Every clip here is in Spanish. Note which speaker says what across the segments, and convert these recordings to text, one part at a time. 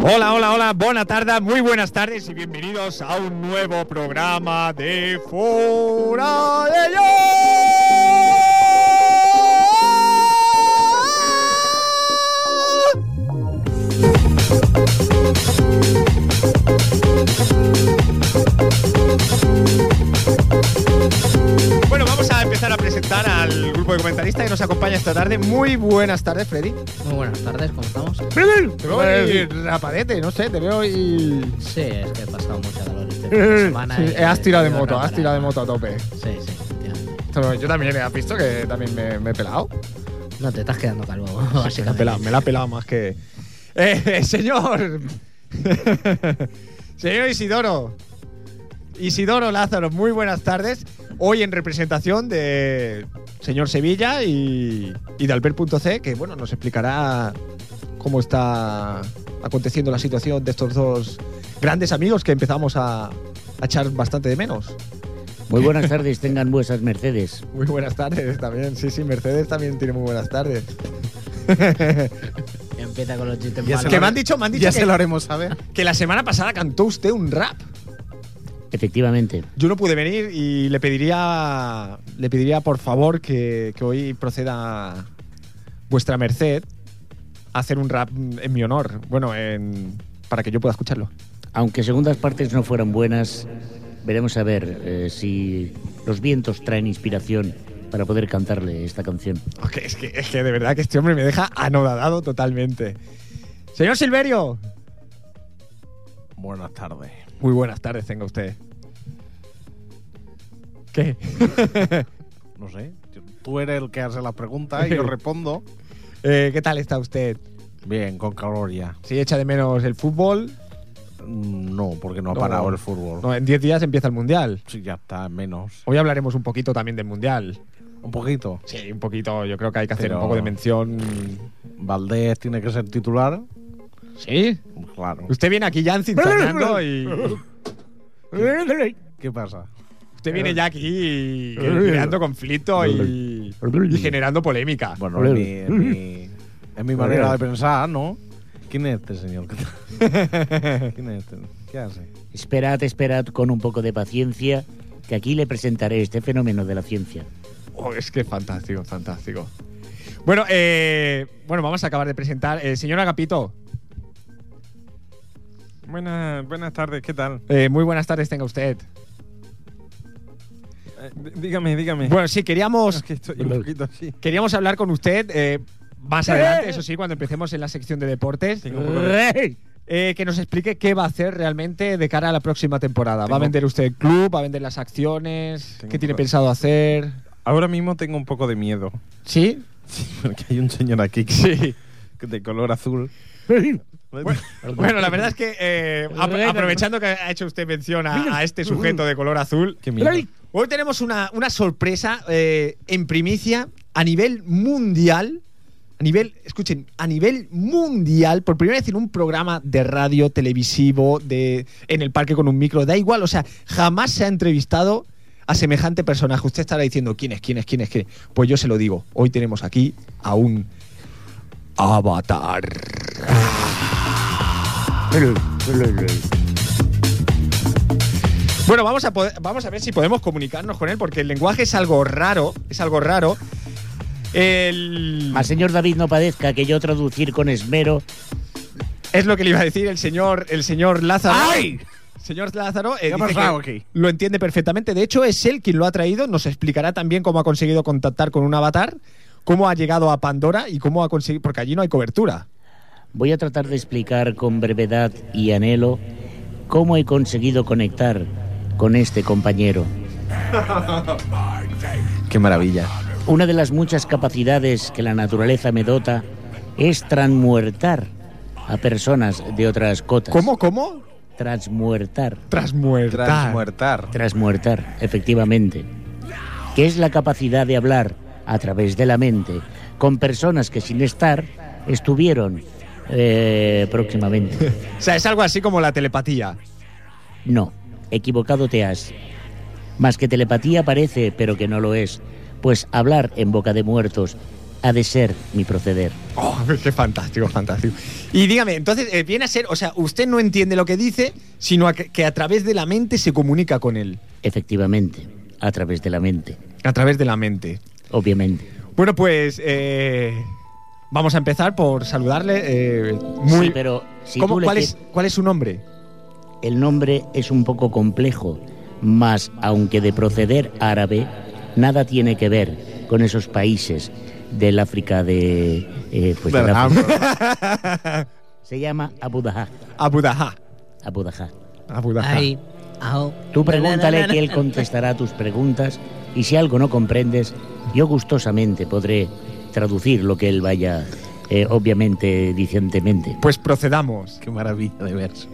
Speaker 1: Hola, hola, hola, buena tarde, muy buenas tardes y bienvenidos a un nuevo programa de Fora de Bueno, vamos a empezar a presentar al grupo de comentaristas que nos acompaña esta tarde. Muy buenas tardes, Freddy.
Speaker 2: Muy buenas tardes, ¿cómo estamos?
Speaker 1: Te veo ahí rapadete, no sé, te veo y.
Speaker 2: Sí, es que he pasado mucha calor este fin de semana. y,
Speaker 1: has
Speaker 2: eh,
Speaker 1: tirado de
Speaker 2: quiero
Speaker 1: moto, has
Speaker 2: reparar.
Speaker 1: tirado de moto a tope.
Speaker 2: Sí, sí, efectivamente.
Speaker 1: Esto- Yo también, ¿eh? ¿has visto que también me, me he pelado?
Speaker 2: No, te estás quedando calvo,
Speaker 1: Me la ha
Speaker 2: básicamente.
Speaker 1: pelado, me la ha pelado más que. Eh, eh, señor. señor Isidoro. Isidoro Lázaro, muy buenas tardes. Hoy en representación de señor Sevilla y, y de Albert.c, que bueno, nos explicará cómo está aconteciendo la situación de estos dos grandes amigos que empezamos a, a echar bastante de menos.
Speaker 3: Muy buenas tardes, tengan vuestras Mercedes.
Speaker 1: Muy buenas tardes también. Sí, sí, Mercedes también tiene muy buenas tardes.
Speaker 2: Empieza con los chistes
Speaker 4: Ya
Speaker 2: malos.
Speaker 4: se
Speaker 1: Que
Speaker 4: lo-
Speaker 1: me han dicho, me han dicho
Speaker 4: ya
Speaker 1: que-
Speaker 4: se lo haremos saber.
Speaker 1: que la semana pasada cantó usted un rap.
Speaker 3: Efectivamente.
Speaker 1: Yo no pude venir y le pediría, le pediría por favor que, que hoy proceda vuestra merced a hacer un rap en mi honor. Bueno, en- para que yo pueda escucharlo.
Speaker 3: Aunque segundas partes no fueran buenas, veremos a ver eh, si los vientos traen inspiración para poder cantarle esta canción.
Speaker 1: Ok, es, que, es que de verdad que este hombre me deja anodadado totalmente. Señor Silverio.
Speaker 4: Buenas tardes.
Speaker 1: Muy buenas tardes tenga usted. ¿Qué?
Speaker 4: No sé, tú eres el que hace las preguntas y yo respondo.
Speaker 1: Eh, ¿Qué tal está usted?
Speaker 4: Bien, con calor ya.
Speaker 1: ¿Sí echa de menos el fútbol?
Speaker 4: Mm, No, porque no ha
Speaker 1: No.
Speaker 4: parado el fútbol.
Speaker 1: No, en 10 días empieza el Mundial.
Speaker 4: Sí, ya está, menos.
Speaker 1: Hoy hablaremos un poquito también del Mundial.
Speaker 4: Un poquito.
Speaker 1: Sí, un poquito. Yo creo que hay que hacer
Speaker 4: Pero-
Speaker 1: un poco de mención.
Speaker 4: Valdés tiene que ser titular. Pues
Speaker 1: ¿Sí?
Speaker 4: Claro.
Speaker 1: Usted viene aquí ya encintañando y.
Speaker 4: ¿Qué pasa?
Speaker 1: Usted viene ya aquí y- creando conflicto y, y generando polémica.
Speaker 4: Bueno, es mi, es mi- es mi manera de pensar, ¿no? ¿Quién es este señor? ¿Quién es este? ¿Qué hace?
Speaker 3: Esperad, esperad con un poco de paciencia, que aquí le presentaré este fenómeno de la ciencia.
Speaker 1: Oh, es que fantástico, fantástico. Bueno, eh, bueno, vamos a acabar de presentar. Eh, señor Agapito,
Speaker 5: Buenas, buenas tardes, ¿qué tal?
Speaker 1: eh, muy buenas tardes tenga usted.
Speaker 5: Eh, dí- dígame, dígame.
Speaker 1: Bueno, sí,
Speaker 5: es
Speaker 1: queríamos,
Speaker 5: que estoy un poquito así.
Speaker 1: queríamos hablar con usted eh, más adelante, eso sí, cuando empecemos en la sección de deportes.
Speaker 5: Tengo un poco de-
Speaker 1: Eh, que nos explique qué va a hacer realmente de cara a la próxima temporada. ¿Va a
Speaker 5: Tengo-
Speaker 1: vender usted el club? ¿Va a vender las acciones?
Speaker 5: Tengo
Speaker 1: ¿Qué tiene
Speaker 5: un-
Speaker 1: pensado hacer?
Speaker 5: Ahora mismo tengo un poco de miedo.
Speaker 1: ¿Sí?
Speaker 5: Sí, porque hay un señor aquí que-
Speaker 1: Sí.
Speaker 5: de color azul.
Speaker 1: bueno, la verdad es que eh, apro- aprovechando que ha hecho usted mención a, a este sujeto de color azul,
Speaker 5: Qué miedo.
Speaker 1: hoy tenemos una, una sorpresa eh, en primicia a nivel mundial. A nivel, escuchen, a nivel mundial, por primera vez en un programa de radio, televisivo, de, en el parque con un micro, da igual, o sea, jamás se ha entrevistado a semejante personaje. Usted estará diciendo, ¿quién es, quién es, quién es, quién es? Pues yo se lo digo, hoy tenemos aquí a un avatar. Bueno, vamos a, poder- vamos a ver si podemos comunicarnos con él, porque el lenguaje es algo raro. Es algo raro. El,
Speaker 3: Al señor David no padezca que yo traducir con esmero.
Speaker 1: es lo que le iba a decir el señor, el señor Lázaro. Señor Lázaro, eh,
Speaker 4: ¿Qué ha
Speaker 1: dice
Speaker 4: pasado
Speaker 1: que
Speaker 4: aquí?
Speaker 1: lo entiende perfectamente. De hecho, es él quien lo ha traído. Nos explicará también cómo ha conseguido contactar con un avatar, cómo ha llegado a Pandora y cómo ha conseguido. Porque allí no hay cobertura.
Speaker 3: Voy a tratar de explicar con brevedad y anhelo cómo he conseguido conectar con este compañero.
Speaker 4: Qué maravilla.
Speaker 3: Una de las muchas capacidades que la naturaleza me dota es transmuertar a personas de otras cotas.
Speaker 1: ¿Cómo, cómo?
Speaker 3: Transmuertar.
Speaker 1: Transmuertar.
Speaker 4: Transmuertar.
Speaker 3: Transmuertar, efectivamente. Que es la capacidad de hablar a través de la mente con personas que sin estar estuvieron eh, próximamente.
Speaker 1: O sea, es algo así como la telepatía.
Speaker 3: No, equivocado te has. Más que telepatía parece, pero que no lo es. Pues hablar en boca de muertos ha de ser mi proceder.
Speaker 1: Oh, qué fantástico, fantástico. Y dígame, entonces eh, viene a ser, o sea, usted no entiende lo que dice, sino a que, que a través de la mente se comunica con él.
Speaker 3: Efectivamente, a través de la mente,
Speaker 1: A través de la mente.
Speaker 3: obviamente.
Speaker 1: Bueno, pues eh, vamos a empezar por saludarle. eh, muy,
Speaker 3: Sí, pero si
Speaker 1: ¿Cómo-
Speaker 3: tú le
Speaker 1: cuál,
Speaker 3: qui-
Speaker 1: es, ¿Cuál es su nombre?
Speaker 3: El nombre es un poco complejo, mas aunque de proceder árabe, nada tiene que ver con esos países del África de... eh, pues, del África. Se llama Abu Dhabi.
Speaker 1: Abu Dhabi.
Speaker 3: Abu Dhabi.
Speaker 1: Abu Dhabi.
Speaker 2: Ay, au.
Speaker 3: Tú pregúntale
Speaker 2: Na, na, na,
Speaker 3: que él
Speaker 2: na.
Speaker 3: contestará tus preguntas y si algo no comprendes, yo gustosamente podré traducir lo que él vaya, eh, obviamente, dicentemente.
Speaker 1: Pues procedamos.
Speaker 4: Qué maravilla de versos.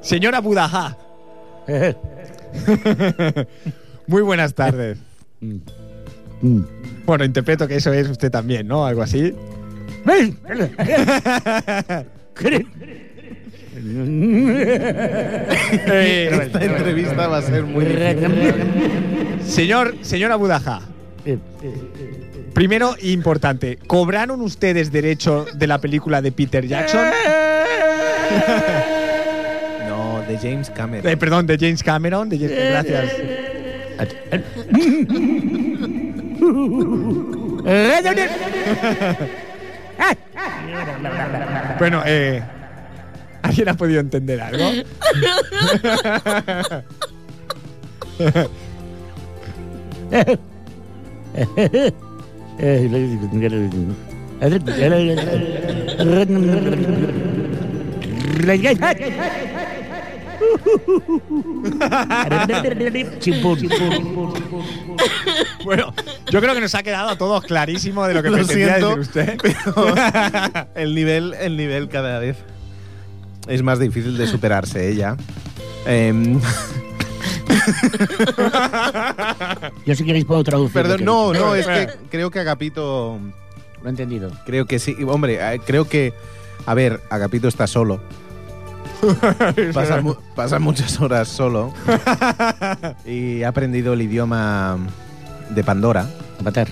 Speaker 1: Señora Abu Dhabi. Muy buenas tardes.
Speaker 3: Mm. Mm.
Speaker 1: Bueno, interpreto que eso es usted también, ¿no? Algo así. Eh,
Speaker 4: Esta entrevista va a ser muy difícil.
Speaker 1: señor, señora Budaja, primero y importante, ¿cobraron ustedes derecho de la película de Peter Jackson?
Speaker 4: No, de James Cameron.
Speaker 1: Eh, perdón, de James Cameron. De James- gracias. Bueno, eh, ¿alguien ha podido entender algo?
Speaker 3: Chimpún.
Speaker 1: Bueno, yo creo que nos ha quedado a todos clarísimo de lo que
Speaker 4: Lo
Speaker 1: pretendía
Speaker 4: siento,
Speaker 1: decir usted.
Speaker 4: El nivel, el nivel cada vez es más difícil de superarse ¿eh? Em, ella.
Speaker 3: Yo si queréis puedo traducir. lo que-
Speaker 4: perdón, no, no, es que creo que Agapito,
Speaker 3: Lo he entendido.
Speaker 4: creo que sí, hombre, eh, creo que, a ver, Agapito está solo. Pasa, mu- pasa muchas horas solo y ha aprendido el idioma de Pandora,
Speaker 3: Avatar.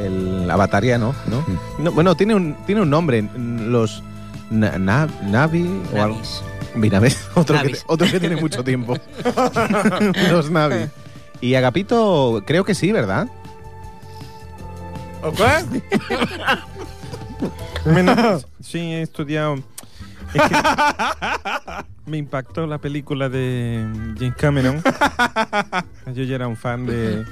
Speaker 4: el avatariano, ¿no? No, bueno, tiene un, tiene un nombre, los na- na- Navi o algo.
Speaker 2: Navis.
Speaker 4: Mira, ¿ves? Otro, que,
Speaker 2: Navis.
Speaker 4: otro que tiene mucho tiempo. Los Navi. Y Agapito, creo que sí, ¿verdad?
Speaker 5: Bueno, sí, he estudiado. Es que me impactó la película de James Cameron. Yo ya era un fan de.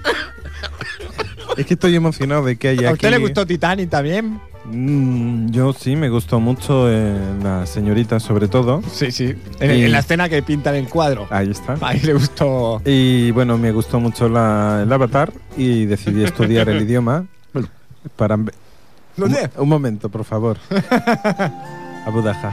Speaker 5: Es que estoy emocionado de que haya.
Speaker 1: ¿A usted
Speaker 5: aquí-
Speaker 1: le gustó Titanic también?
Speaker 5: Mm, yo sí, me gustó mucho eh, la señorita, sobre todo.
Speaker 1: Sí, sí. En,
Speaker 5: Sí.
Speaker 1: en la escena que pintan el cuadro.
Speaker 5: Ahí está.
Speaker 1: Ahí le gustó.
Speaker 5: Y bueno, me gustó mucho la- el avatar y decidí estudiar el idioma. Para, un, un momento, por favor. Abu Dhabi.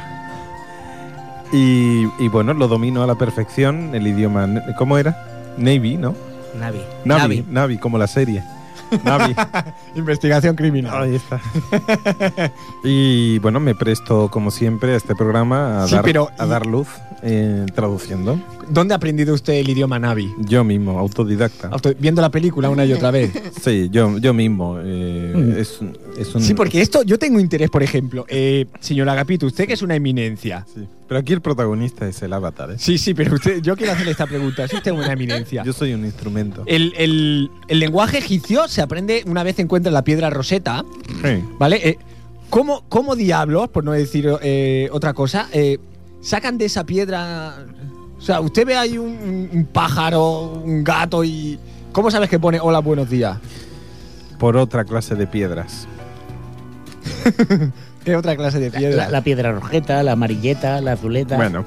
Speaker 5: Y, y bueno, lo domino a la perfección, el idioma. ne- ¿Cómo era? Navy, ¿no?
Speaker 2: Navi.
Speaker 5: Navi, Navi, como la serie. Navi.
Speaker 1: Investigación criminal.
Speaker 5: Ahí está. y bueno, me presto, como siempre, a este programa a,
Speaker 1: Sí,
Speaker 5: dar,
Speaker 1: pero-
Speaker 5: a dar luz eh, traduciendo.
Speaker 1: ¿Dónde ha aprendido usted el idioma Navi?
Speaker 5: Yo mismo, autodidacta.
Speaker 1: Auto- Viendo la película una y otra vez.
Speaker 5: Sí, yo, yo mismo. eh, es, un- es un-
Speaker 1: Mm. Sí, porque esto, yo tengo interés, por ejemplo. Eh, señor Agapito, usted que es una eminencia.
Speaker 5: Sí, Pero aquí el protagonista es el avatar. ¿eh?
Speaker 1: Sí, sí, pero usted, yo quiero hacerle esta pregunta. Es usted una eminencia.
Speaker 5: Yo soy un instrumento.
Speaker 1: El, el- el lenguaje egipcio se aprende una vez encuentra la piedra roseta,
Speaker 5: Sí.
Speaker 1: ¿vale? Eh, ¿cómo, cómo diablos, por no decir eh, otra cosa, eh, sacan de esa piedra... O sea, usted ve ahí un, un- un pájaro, un gato y... ¿Cómo sabes que pone hola, buenos días?
Speaker 5: Por otra clase de piedras.
Speaker 1: ¿Qué otra clase de piedra?
Speaker 3: La, la piedra rojeta, la amarilleta, la azuleta.
Speaker 5: Bueno.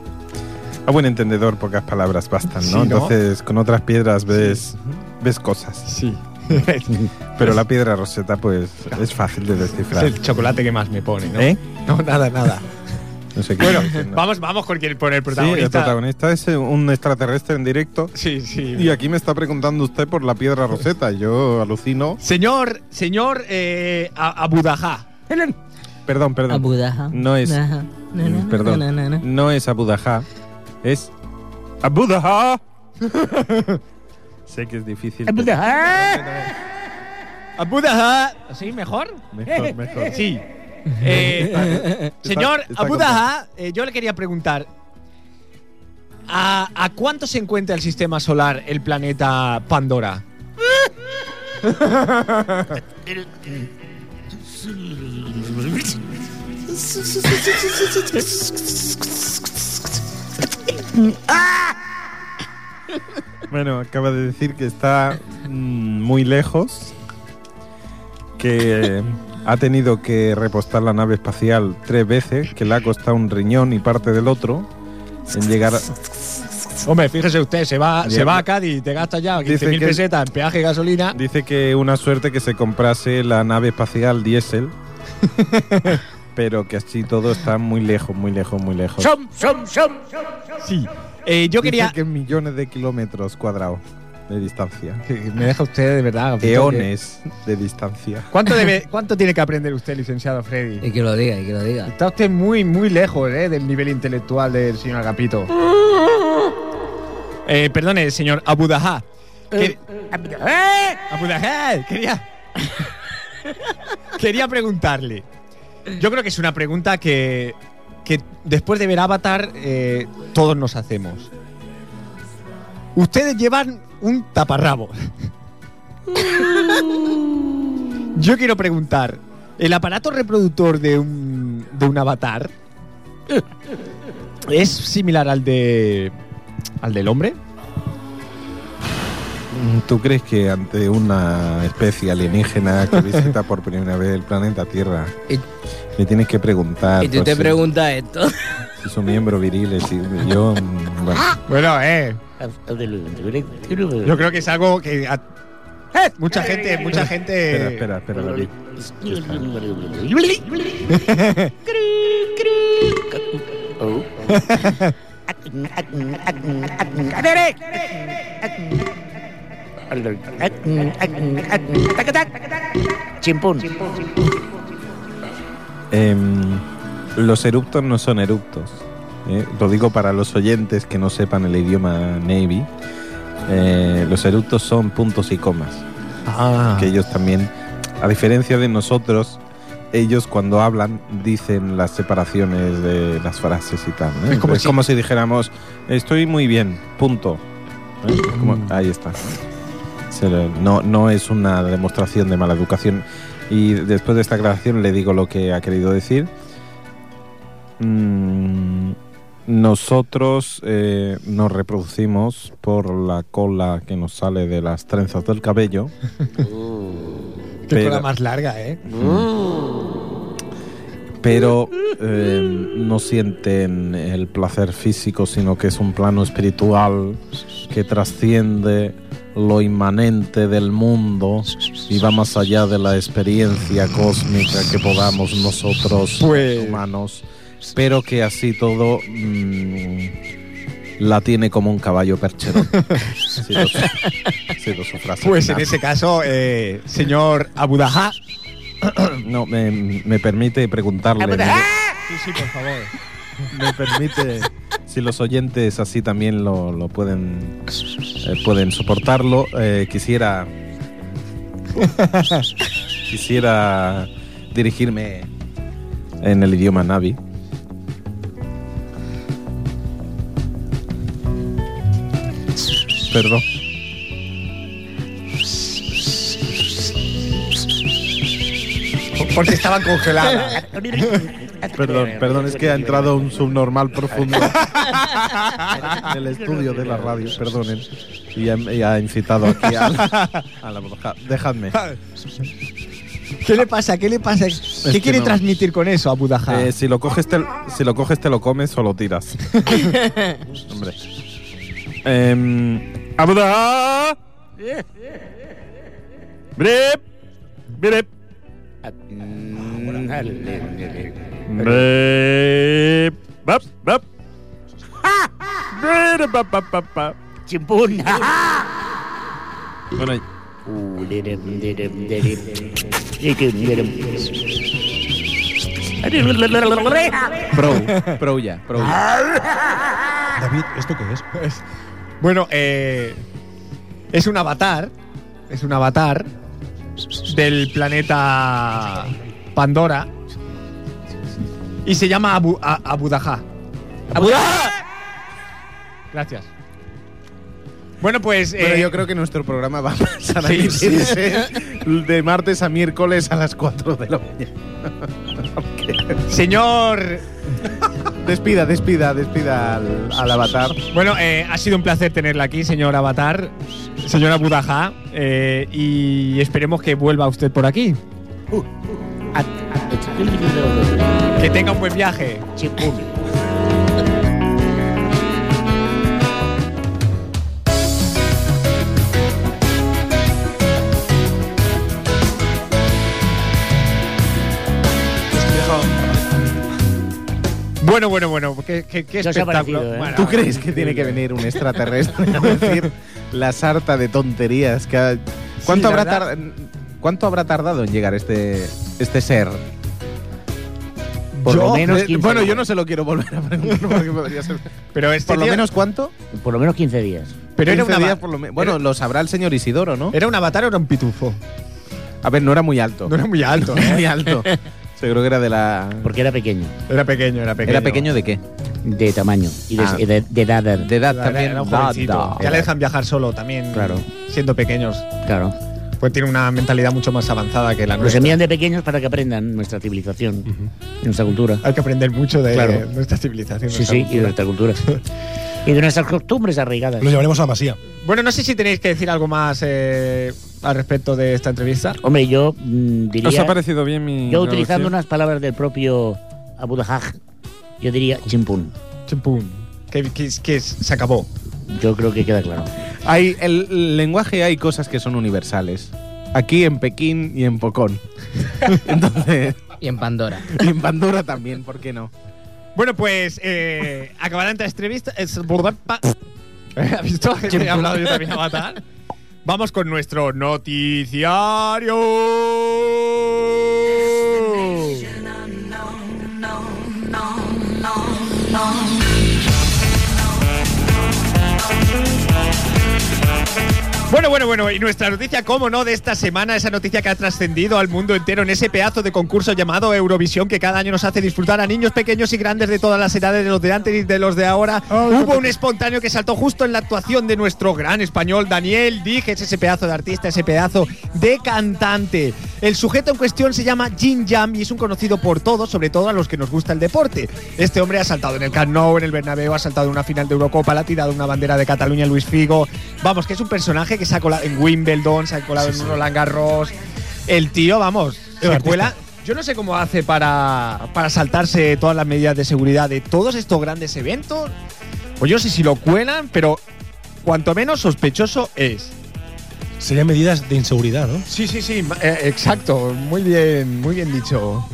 Speaker 5: A buen entendedor, pocas palabras bastan,
Speaker 1: Sí,
Speaker 5: ¿no?
Speaker 1: ¿no?
Speaker 5: Entonces, con otras piedras ves, ves cosas.
Speaker 1: Sí.
Speaker 5: Pero la piedra roseta, pues, es fácil de
Speaker 1: es
Speaker 5: descifrar.
Speaker 1: el chocolate que más me pone, ¿no?
Speaker 5: ¿Eh?
Speaker 1: No, nada, nada.
Speaker 5: No sé qué
Speaker 1: Bueno,
Speaker 5: estoy diciendo.
Speaker 1: vamos, vamos con quien pone el
Speaker 5: Sí, el
Speaker 1: protagonista.
Speaker 5: protagonista es eh, un extraterrestre en directo.
Speaker 1: Sí, sí.
Speaker 5: Y aquí me está preguntando usted por la piedra roseta. Yo alucino.
Speaker 1: Señor, señor eh, A- Abudajá.
Speaker 5: Perdón, perdón.
Speaker 2: Abu Dhabi.
Speaker 5: No es-
Speaker 2: Na, na, na,
Speaker 5: Mm, Perdón.
Speaker 2: na, na, na.
Speaker 5: No es Abu Dhabi, es Abu Dhabi. sé que es difícil. pero-
Speaker 1: Abudaha. ¿Sí? ¿Mejor?
Speaker 5: Mejor, mejor.
Speaker 1: Sí. Eh, señor
Speaker 4: está
Speaker 1: Abudaha, eh, yo le quería preguntar. ¿a, a cuánto se encuentra el sistema solar, el planeta Pandora?
Speaker 5: Bueno, acaba de decir que está mm, muy lejos, que eh, ha tenido que repostar la nave espacial tres veces, que le ha costado un riñón y parte del otro. En llegar a-
Speaker 1: Hombre, fíjese usted, se va,
Speaker 5: se va a
Speaker 1: Cádiz y te gasta ya
Speaker 5: Dice 15.000 que- pesetas
Speaker 1: en peaje y gasolina.
Speaker 5: Dice que una suerte que se comprase la nave espacial diésel, pero que así todo está muy lejos, muy lejos, muy lejos.
Speaker 3: Som, som, som.
Speaker 1: Sí. Eh, yo
Speaker 5: Dice
Speaker 1: quería.
Speaker 5: que millones de kilómetros cuadrados de distancia.
Speaker 1: Me deja usted de verdad.
Speaker 5: Eones de distancia.
Speaker 1: ¿Cuánto, debe- ¿Cuánto tiene que aprender usted, licenciado Freddy?
Speaker 2: Y que lo diga, y que lo diga.
Speaker 1: Está usted muy, muy lejos ¿eh? del nivel intelectual del señor Agapito. Eh, perdone, señor Abudajá. Que- Eh, Abudajá, Quería. quería preguntarle. Yo creo que es una pregunta que, que después de ver Avatar eh, todos nos hacemos. Ustedes llevan un taparrabo. Yo quiero preguntar, ¿el aparato reproductor de un, de un avatar es similar al de al del hombre?
Speaker 5: ¿Tú crees que ante una especie alienígena que visita por primera vez el planeta Tierra,
Speaker 2: Y-
Speaker 5: le tienes que preguntar
Speaker 2: Y tú
Speaker 5: pues,
Speaker 2: te
Speaker 5: si-
Speaker 2: preguntas esto.
Speaker 5: si su miembro viril es y yo? mm, bueno.
Speaker 2: Ah.
Speaker 1: Bueno, eh, yo creo que es algo que a- ¡Eh! mucha gente, mucha gente
Speaker 2: Eh,
Speaker 5: Espera, espera, espera, David.
Speaker 3: Chimpún.
Speaker 5: Em, los eruptos no son eruptos. ¿eh? Lo digo para los oyentes que no sepan el idioma Navy. Eh, los eruptos son puntos y comas. Que ellos también, a diferencia de nosotros, ellos cuando hablan dicen las separaciones de las frases y tal. ¿eh? Es, como, si... dijéramos, estoy muy bien, punto. ¿eh? Es como- ahí está. Se lo- No, no es una demostración de mala educación. Y después de esta aclaración le digo lo que ha querido decir. Mm, nosotros eh, nos reproducimos por la cola que nos sale de las trenzas del cabello.
Speaker 1: Qué
Speaker 5: Pero-
Speaker 1: cola más larga, ¿eh?
Speaker 5: pero eh, no sienten el placer físico, sino que es un plano espiritual que trasciende lo inmanente del mundo y va más allá de la experiencia cósmica que podamos nosotros
Speaker 1: Pues-
Speaker 5: humanos, pero que así todo mm, la tiene como un caballo percherón. Ha sido su- ha sido su frase
Speaker 1: Pues en
Speaker 5: final.
Speaker 1: ese caso, eh, señor Abudajá.
Speaker 5: No, me, me permite preguntarle.
Speaker 1: Sí, sí, por favor.
Speaker 5: me permite, si los oyentes así también lo, lo pueden, eh, pueden soportarlo, eh, quisiera, quisiera dirigirme en el idioma Navi. Perdón.
Speaker 1: Porque estaban congeladas.
Speaker 5: Perdón, perdón, es que ha entrado un subnormal profundo en el estudio de la radio, perdonen. Y ha, y ha incitado aquí a la, a la bruja. Dejadme.
Speaker 1: ¿Qué le pasa? ¿Qué le pasa? ¿Qué
Speaker 5: que
Speaker 1: quiere
Speaker 5: no.
Speaker 1: transmitir con eso, Abudajá?
Speaker 5: Eh, si, lo coges te, si lo coges, te lo comes o lo tiras. Hombre. Em, Abdá. Brep. Brep. Brep. Bap, bap. Brep, bap, bap, bap, bap.
Speaker 3: Chimpún.
Speaker 5: Bueno, pro, pro ya, pro ya.
Speaker 1: David, ¿esto qué es? bueno, eh, es un avatar. Es un avatar del planeta Pandora y se llama Abu, a- Abudajá. Gracias. Bueno, pues.
Speaker 4: Bueno,
Speaker 1: eh,
Speaker 4: yo creo que nuestro programa va a pasar a
Speaker 1: Sí,
Speaker 4: emitirse de martes a miércoles a las 4 de la mañana.
Speaker 1: Señor.
Speaker 4: Despida, despida, despida al, al avatar.
Speaker 1: Bueno, eh, ha sido un placer tenerla aquí, señor Avatar, señora Budajá, eh, y esperemos que vuelva usted por aquí. Que tenga un buen viaje. Bueno, bueno, bueno, qué, qué- qué
Speaker 3: ¿Qué os ha
Speaker 1: espectáculo.
Speaker 3: parecido, eh?
Speaker 1: Bueno,
Speaker 4: ¿Tú crees que tiene que venir un extraterrestre a decir la sarta de tonterías que ha- ¿Cuánto,
Speaker 1: la
Speaker 4: habrá
Speaker 1: verdad.
Speaker 4: tar- ¿Cuánto habrá tardado en llegar este, este ser?
Speaker 3: Por lo menos
Speaker 4: eh,
Speaker 3: 15
Speaker 4: bueno, yo
Speaker 3: días.
Speaker 4: no se lo quiero volver a preguntar porque podría ser.
Speaker 1: Pero este
Speaker 4: ¿Por lo
Speaker 1: tío-
Speaker 4: menos cuánto?
Speaker 3: Por lo menos 15 días.
Speaker 1: pero era
Speaker 4: 15
Speaker 1: una
Speaker 4: días por lo me- Bueno,
Speaker 1: era-
Speaker 4: lo sabrá el señor Isidoro, ¿no?
Speaker 1: ¿Era un avatar o era un pitufo?
Speaker 4: Eh, A ver, no era muy alto.
Speaker 1: No era muy alto,
Speaker 4: Era
Speaker 1: ¿eh?
Speaker 4: muy alto. Seguro que era de la.
Speaker 3: Porque era pequeño.
Speaker 1: Era pequeño, era pequeño.
Speaker 4: ¿Era pequeño de qué?
Speaker 3: De tamaño. Y de,
Speaker 4: Ah.
Speaker 3: y de- de edad.
Speaker 4: De edad
Speaker 1: Era-
Speaker 4: también.
Speaker 1: era un
Speaker 4: Da,
Speaker 1: jovencito.
Speaker 4: da.
Speaker 1: Ya le dejan viajar solo también,
Speaker 4: Claro.
Speaker 1: siendo pequeños.
Speaker 3: Claro.
Speaker 1: Pues tiene una mentalidad mucho más avanzada que la
Speaker 4: Pues
Speaker 3: Los
Speaker 1: nuestra.
Speaker 3: envían de pequeños para que aprendan nuestra civilización, nuestra cultura.
Speaker 1: Hay que aprender mucho de
Speaker 3: Claro.
Speaker 1: nuestra civilización.
Speaker 3: Sí,
Speaker 1: nuestra
Speaker 3: sí, y de
Speaker 1: cultura.
Speaker 3: nuestra cultura. y de nuestras costumbres arraigadas.
Speaker 6: Lo llevaremos a la masía.
Speaker 1: Bueno, no sé si tenéis que decir algo más eh, al respecto de esta entrevista.
Speaker 3: Hombre, yo mm,
Speaker 5: ¿Os
Speaker 3: diría.
Speaker 5: ha parecido bien mi.?
Speaker 3: Yo utilizando
Speaker 5: traducción?
Speaker 3: unas palabras del propio Abu Dhaj, yo diría chimpún.
Speaker 1: Chimpum. Que, que- que se acabó.
Speaker 3: Yo creo que queda claro.
Speaker 4: Hay, el, el lenguaje hay cosas que son universales. Aquí en Pekín y en Pocón. Entonces,
Speaker 2: Y en Pandora.
Speaker 4: y en Pandora también, ¿por qué no?
Speaker 1: Bueno, pues eh, acabará esta entrevista. Es- ¿Has visto? He hablado yo también avatar. Vamos con nuestro noticiario. Bueno, bueno, bueno, y nuestra noticia, cómo no, de esta semana, esa noticia que ha trascendido al mundo entero en ese pedazo de concurso llamado Eurovisión que cada año nos hace disfrutar a niños pequeños y grandes de todas las edades, de los de antes y de los de ahora. Hubo un espontáneo que saltó justo en la actuación de nuestro gran español Daniel Dijes, ese pedazo de artista, ese pedazo de cantante. El sujeto en cuestión se llama Jin Jam y es un conocido por todos, sobre todo a los que nos gusta el deporte. Este hombre ha saltado en el Camp Nou, en el Bernabéu, ha saltado en una final de Eurocopa, le ha tirado una bandera de Cataluña a Luis Figo. Vamos, que es un personaje que se ha colado en Wimbledon, se ha colado en Roland Garros. El tío, vamos, se cuela. Yo no sé cómo hace para, para saltarse todas las medidas de seguridad de todos estos grandes eventos. Pues yo no sé si lo cuelan, pero cuanto menos sospechoso es.
Speaker 6: Serían medidas de inseguridad, ¿no?
Speaker 1: Sí, sí, sí, ma- eh, exacto. Muy bien, muy bien dicho.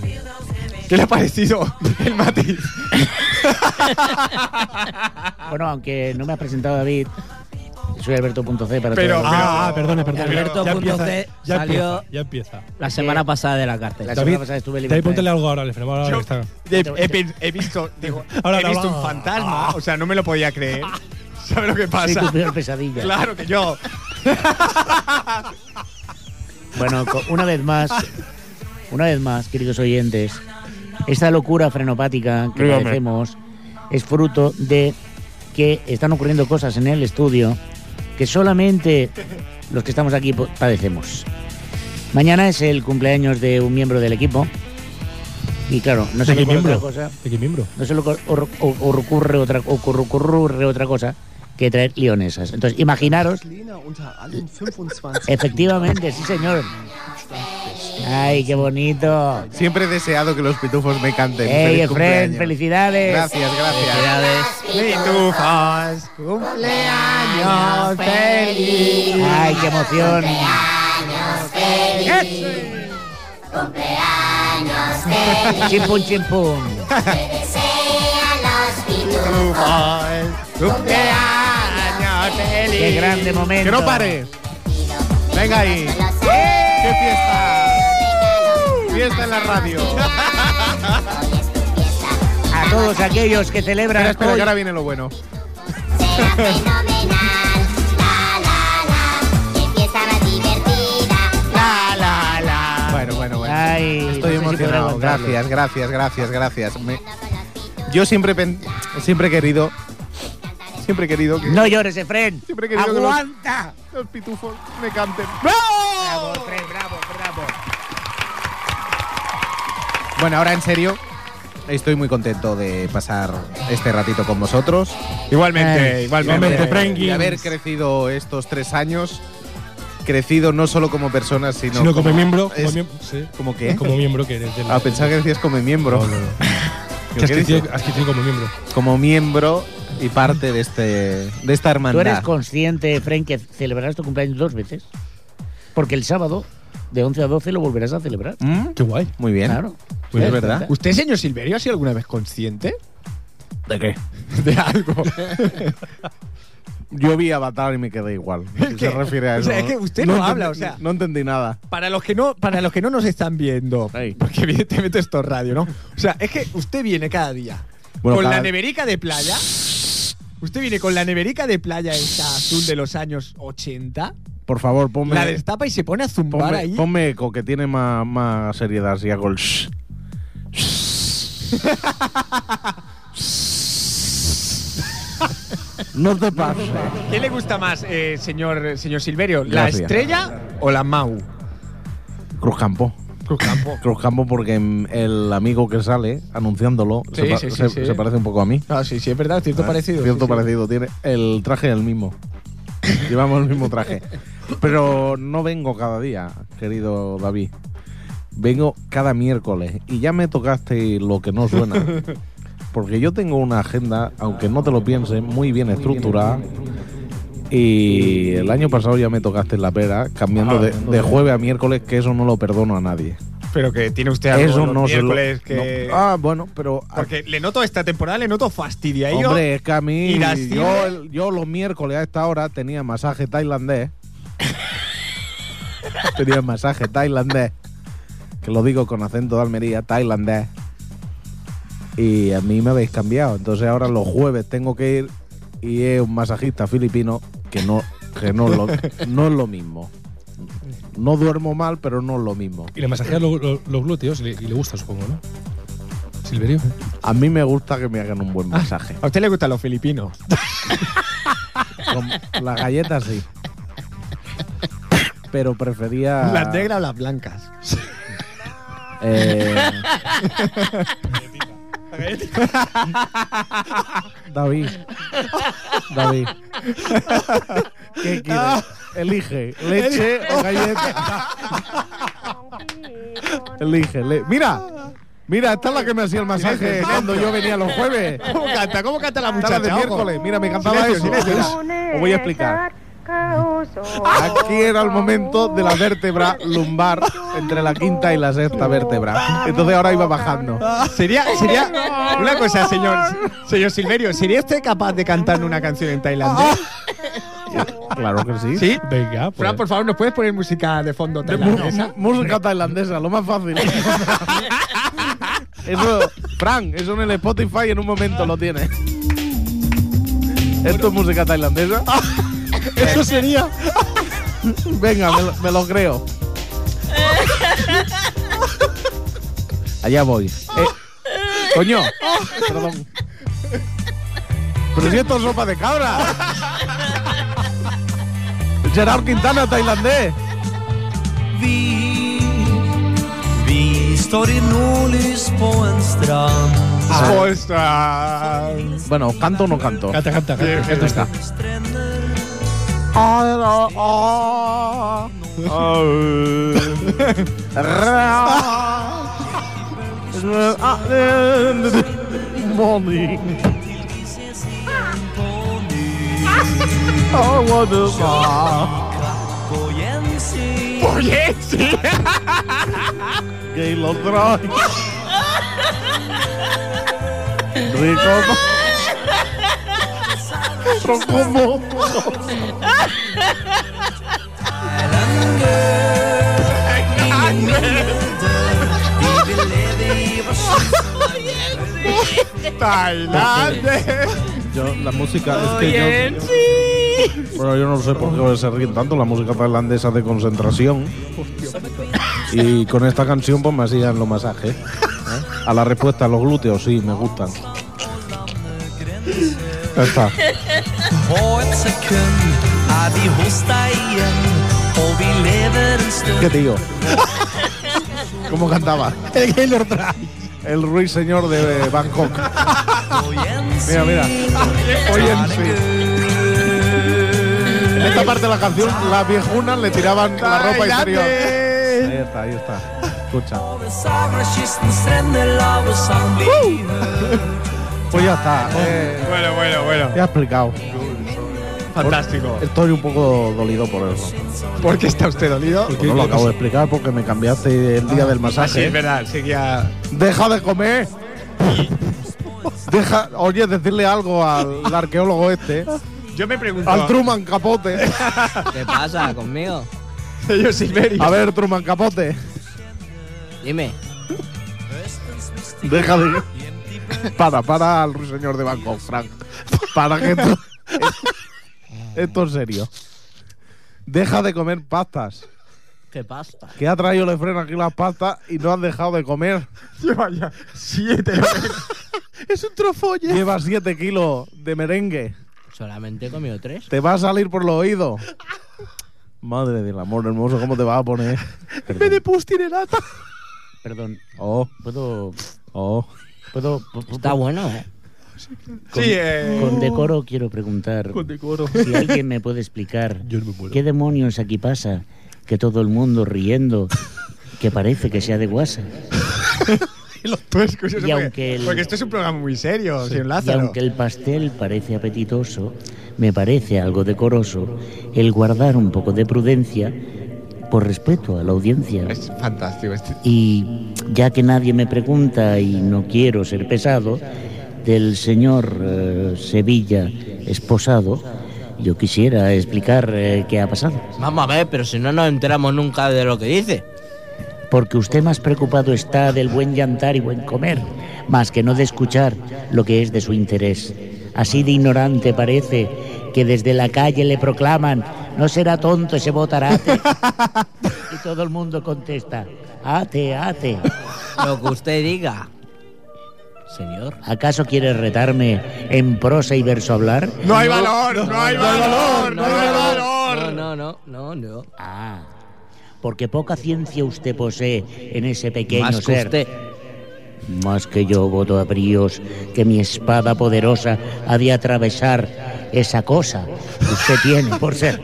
Speaker 1: ¿Qué le ha parecido el matiz?
Speaker 3: Bueno, aunque no me has presentado David, soy Alberto.c para
Speaker 1: Pero-
Speaker 3: todos.
Speaker 1: Ah,
Speaker 6: perdone,
Speaker 2: Alberto
Speaker 6: Ya
Speaker 2: punto
Speaker 6: empieza,
Speaker 2: C
Speaker 6: ya
Speaker 2: salió
Speaker 6: empieza, ya empieza.
Speaker 2: la semana pasada de la cárcel.
Speaker 3: La
Speaker 6: eh, David,
Speaker 3: semana pasada estuve en
Speaker 6: David,
Speaker 3: libertad.
Speaker 6: póntele algo ahora, Alfredo, ahora
Speaker 1: Yo-
Speaker 6: que está.
Speaker 1: He, he pen- he visto, digo,
Speaker 6: Ahora Ah.
Speaker 1: he
Speaker 6: la
Speaker 1: visto
Speaker 6: va.
Speaker 1: un fantasma, o sea, no me lo podía creer. ¿Sabes lo que
Speaker 3: Soy tu
Speaker 1: pasa?
Speaker 3: peor pesadilla.
Speaker 1: Claro que yo.
Speaker 3: Bueno, co- una vez más, una vez más, queridos oyentes, esta locura frenopática que padecemos es fruto de que están ocurriendo cosas en el estudio que solamente los que estamos aquí po- padecemos. Mañana es el cumpleaños de un miembro del equipo y claro, no se
Speaker 6: ¿De
Speaker 3: me
Speaker 6: qué
Speaker 3: ocurre otra
Speaker 6: miembro?
Speaker 3: cosa,
Speaker 6: ¿De qué miembro?
Speaker 3: no se le ocur- or- or- or- ocurre otra, ocurre- ocurre otra cosa que traer lionesas. Entonces, imaginaros Efectivamente, sí, señor. Ay, qué bonito.
Speaker 4: Siempre he deseado que los pitufos me canten.
Speaker 3: Ey,
Speaker 4: ¡Feliz
Speaker 3: Efren,
Speaker 4: cumpleaños!
Speaker 3: felicidades.
Speaker 4: Gracias, gracias.
Speaker 1: Pitufos, cumpleaños feliz.
Speaker 3: Ay, qué emoción. Chimpum, chimpum.
Speaker 1: Cumpleaños feliz.
Speaker 3: Qué grande momento.
Speaker 4: ¡Que no pare! ¡Venga ahí! ¡Qué fiesta! ¡Fiesta en la radio!
Speaker 3: A todos aquellos que celebran
Speaker 4: Espera, espera,
Speaker 3: hoy-
Speaker 4: que ahora viene lo bueno.
Speaker 7: Será fenomenal. La la la, qué fiesta más divertida. La la
Speaker 4: emocionado.
Speaker 3: aguantarlo.
Speaker 4: Gracias, gracias, gracias, gracias. Me- Yo siempre, pen- siempre he querido. Siempre he querido que.
Speaker 3: No llores, Efren.
Speaker 4: Siempre he querido que los-
Speaker 3: Aguanta.
Speaker 4: Los pitufos me canten.
Speaker 3: Bravo, Efren, bravo, bravo.
Speaker 4: Bueno, ahora en serio, estoy muy contento de pasar este ratito con vosotros.
Speaker 5: Igualmente,
Speaker 3: Ay,
Speaker 5: igualmente,
Speaker 4: De-
Speaker 5: Frankie.
Speaker 4: De haber crecido estos tres años, crecido no solo como persona, sino,
Speaker 6: Sino como miembro, como
Speaker 4: es-
Speaker 6: miembro, sí.
Speaker 4: ¿Como qué?
Speaker 6: Como miembro que eres del-
Speaker 1: Ah,
Speaker 4: A pensar que decías como miembro.
Speaker 6: No, no, no.
Speaker 4: ¿Qué
Speaker 6: Que has
Speaker 4: dice?
Speaker 6: crecido- has crecido como miembro.
Speaker 4: Como miembro y parte de este de esta
Speaker 3: ¿Tú eres
Speaker 4: hermandad.
Speaker 3: consciente, Efren, que celebrarás tu cumpleaños dos veces? Porque el sábado, de 11 a 12, lo volverás a celebrar.
Speaker 4: ¿Mm?
Speaker 6: Qué guay.
Speaker 4: Muy bien.
Speaker 3: Claro.
Speaker 4: Pues
Speaker 3: ¿Eh?
Speaker 4: es verdad.
Speaker 1: ¿Usted, señor Silverio, ha sido alguna vez consciente? ¿De qué? De algo.
Speaker 4: Yo vi Avatar y me quedé igual.
Speaker 1: Es
Speaker 4: Si
Speaker 1: que-
Speaker 4: se refiere a
Speaker 1: o
Speaker 4: eso.
Speaker 1: sea, es que usted no
Speaker 4: entendí-
Speaker 1: habla, o sea.
Speaker 4: No entendí nada.
Speaker 1: Para los que no, para los que no nos están viendo,
Speaker 4: Ahí.
Speaker 1: porque evidentemente esto es radio, ¿no? O sea, es que usted viene cada día
Speaker 4: Bueno,
Speaker 1: con
Speaker 4: cada-
Speaker 1: la neverica de playa. Usted viene con la neverica de playa esta azul de los años 80,
Speaker 4: Por favor, ponme.
Speaker 1: la destapa y se pone a zumbar
Speaker 4: Ponme,
Speaker 1: ahí.
Speaker 4: ponme eco, que tiene más, más seriedad si hago el shh. No te pases.
Speaker 1: ¿Qué le gusta más, eh, señor, señor Silverio?
Speaker 4: Gracias.
Speaker 1: ¿La estrella o la Mau?
Speaker 4: Cruzcampo.
Speaker 1: Cruzcampo.
Speaker 4: Cruzcampo porque mm, el amigo que sale anunciándolo
Speaker 1: Sí,
Speaker 4: se, pa-
Speaker 1: sí, sí,
Speaker 4: se-
Speaker 1: sí.
Speaker 4: se parece un poco a mí.
Speaker 1: Ah, sí, sí, es verdad, cierto parecido. sí,
Speaker 4: Cierto
Speaker 1: sí.
Speaker 4: parecido. Tiene el traje el mismo. Llevamos el mismo traje. Pero no vengo cada día, querido David. Vengo cada miércoles. Y ya me tocaste lo que no suena. Porque yo tengo una agenda, aunque no te lo pienses, muy bien estructurada. Y el año pasado ya me tocaste la pera,
Speaker 1: Ah,
Speaker 4: cambiando de, de jueves a miércoles, que eso no lo perdono a nadie.
Speaker 1: Pero que tiene usted algo
Speaker 4: Eso
Speaker 1: los
Speaker 4: no se lo.
Speaker 1: miércoles que.
Speaker 4: no. Ah, bueno, pero.
Speaker 1: Porque le noto esta temporada, le noto fastidiaillo.
Speaker 4: Hombre, es que a mí,
Speaker 1: irascible.
Speaker 4: yo, yo los miércoles a esta hora tenía masaje tailandés. tenía masaje tailandés. Que lo digo con acento de Almería, tailandés. Y a mí me habéis cambiado. Entonces ahora los jueves tengo que ir y es un masajista filipino que no, que no, es, lo, no es lo mismo. No duermo mal, pero no es lo mismo.
Speaker 6: Y le masajeas lo- lo- los glúteos y le, y le gusta, supongo, ¿no? Silverio.
Speaker 4: A mí me gusta que me hagan un buen masaje.
Speaker 1: A usted le gustan los filipinos.
Speaker 4: Con las galletas sí. Pero prefería.
Speaker 1: Las negras o las blancas.
Speaker 4: eh, David. David. ¿Qué quieres? Elige, leche o galleta. Elige, le- mira. Mira, esta es la que me hacía el masaje cuando yo venía los jueves.
Speaker 1: ¿Cómo canta? ¿Cómo canta la
Speaker 4: Esta es la
Speaker 1: muchacha?
Speaker 4: de
Speaker 1: Ojo.
Speaker 4: miércoles. Mira, me encantaba eso. Os voy a explicar. Aquí era el momento de la vértebra lumbar entre la quinta y la sexta vértebra. Entonces ahora iba bajando.
Speaker 1: Sería, sería una cosa, señor, señor Silverio, ¿sería usted capaz de cantar una canción en tailandés?
Speaker 4: Claro que sí.
Speaker 1: Sí.
Speaker 6: Venga,
Speaker 1: Ah.
Speaker 6: pues.
Speaker 1: Fran, por favor, ¿nos puedes poner música de fondo
Speaker 4: De mu-
Speaker 1: tailandesa?
Speaker 4: mu- música tailandesa, lo más fácil. eso, Frank, eso en el Spotify en un momento lo tiene. Esto es música tailandesa. Ah,
Speaker 6: Eso sería.
Speaker 4: Venga, me lo, me lo creo. Allá voy. Eh, coño. Perdón. Pero si esto es sopa de cabra. Gerard Quintana, tailandés.
Speaker 7: Vi står i nordlys på en strand.
Speaker 1: Ah.
Speaker 4: Bueno, ¿canto o no canto?
Speaker 6: Canta, canta, canta. canta,
Speaker 4: está. Morning. I wanna fly.
Speaker 7: På gjensyn.
Speaker 4: Que lo trae. Rico. Pero ¿cómo?
Speaker 7: Vi vil leve i vår skjønn.
Speaker 4: Yo, la música es que yo, Bueno, yo no sé por qué se ríen tanto. La música tailandesa de concentración. Y con esta canción pues me hacían los masajes. A la respuesta, los glúteos, sí, me gustan. Ya está.
Speaker 7: På et sekund er vi hos deg igjen, og vi lever en
Speaker 4: ¿Qué
Speaker 7: stund.
Speaker 4: te digo? ¿Cómo cantaba? El Gaylord El ruiseñor de eh, Bangkok.
Speaker 7: På gjensyn.
Speaker 4: Mira, mira. På gjensyn. En esta parte de la canción, las viejunas le tiraban la ropa interior. Ahí está, ahí está. Escucha.
Speaker 7: Over Sagrastkysten strender lave sang blir hørt.
Speaker 4: Pues ya está. eh,
Speaker 5: Bueno, bueno, bueno.
Speaker 4: ya he explicado.
Speaker 1: Fantástico.
Speaker 4: Estoy un poco dolido por eso.
Speaker 1: ¿Por qué está usted dolido?
Speaker 4: Pues no lo acabo de explicar porque me cambiaste el día del
Speaker 1: Ah, sí,
Speaker 4: masaje.
Speaker 1: es verdad, seguía.
Speaker 4: ¡Deja de comer! Deja, oye, decirle algo al arqueólogo este,
Speaker 1: Yo me pregunto.
Speaker 4: al Truman Capote.
Speaker 2: ¿Qué pasa conmigo?
Speaker 1: Yo, Silverio.
Speaker 4: A ver, Truman Capote,
Speaker 2: Dime.
Speaker 4: deja de. Para, para al ruiseñor de Bangkok, Frank. Para que esto. Esto es serio. Deja de comer pastas.
Speaker 2: ¿Qué pasa?
Speaker 4: Que ha traído el freno aquí las pastas y no has dejado de comer.
Speaker 1: Lleva ya siete horas. Es un trofolle.
Speaker 4: Lleva 7 kilos de merengue.
Speaker 2: Solamente he comido tres.
Speaker 4: Te va a salir por los oídos. Madre del amor hermoso, ¿cómo te vas a poner?
Speaker 1: Me de pus tiene lata.
Speaker 3: Perdón,
Speaker 4: Oh,
Speaker 3: ¿puedo,
Speaker 4: oh.
Speaker 3: puedo, pu- pu-
Speaker 2: Está bueno, ¿eh?
Speaker 1: Sí, eh.
Speaker 3: con decoro quiero preguntar
Speaker 1: decoro.
Speaker 3: si alguien me puede explicar
Speaker 6: Yo no me muero.
Speaker 3: qué demonios aquí pasa, que todo el mundo riendo, que parece que sea de guasa.
Speaker 1: Pues, curioso,
Speaker 3: Y
Speaker 1: porque,
Speaker 3: aunque el-
Speaker 1: porque esto es un programa muy serio, señor
Speaker 3: Y
Speaker 1: Lázaro.
Speaker 3: aunque el pastel parece apetitoso, me parece algo decoroso el guardar un poco de prudencia por respeto a la audiencia.
Speaker 1: Es fantástico este.
Speaker 3: Y ya que nadie me pregunta y no quiero ser pesado, del señor eh, Sevilla esposado, yo quisiera explicar eh, qué ha pasado.
Speaker 2: Vamos a ver, pero si no nos enteramos nunca de lo que dice.
Speaker 3: Porque usted más preocupado está del buen llantar y buen comer, más que no de escuchar lo que es de su interés. Así de ignorante parece que desde la calle le proclaman, no será tonto ese botarate. y todo el mundo contesta, ate, ate.
Speaker 2: Lo que usted diga. Señor.
Speaker 3: ¿Acaso quiere retarme en prosa y verso hablar?
Speaker 1: No hay valor, no hay valor, no hay
Speaker 2: no,
Speaker 1: valor.
Speaker 2: no, no, no, no.
Speaker 3: Ah, porque poca ciencia usted posee en ese pequeño
Speaker 2: Más que
Speaker 3: ser.
Speaker 2: usted.
Speaker 3: Más que yo voto a bríos que mi espada poderosa ha de atravesar esa cosa que usted tiene por ser.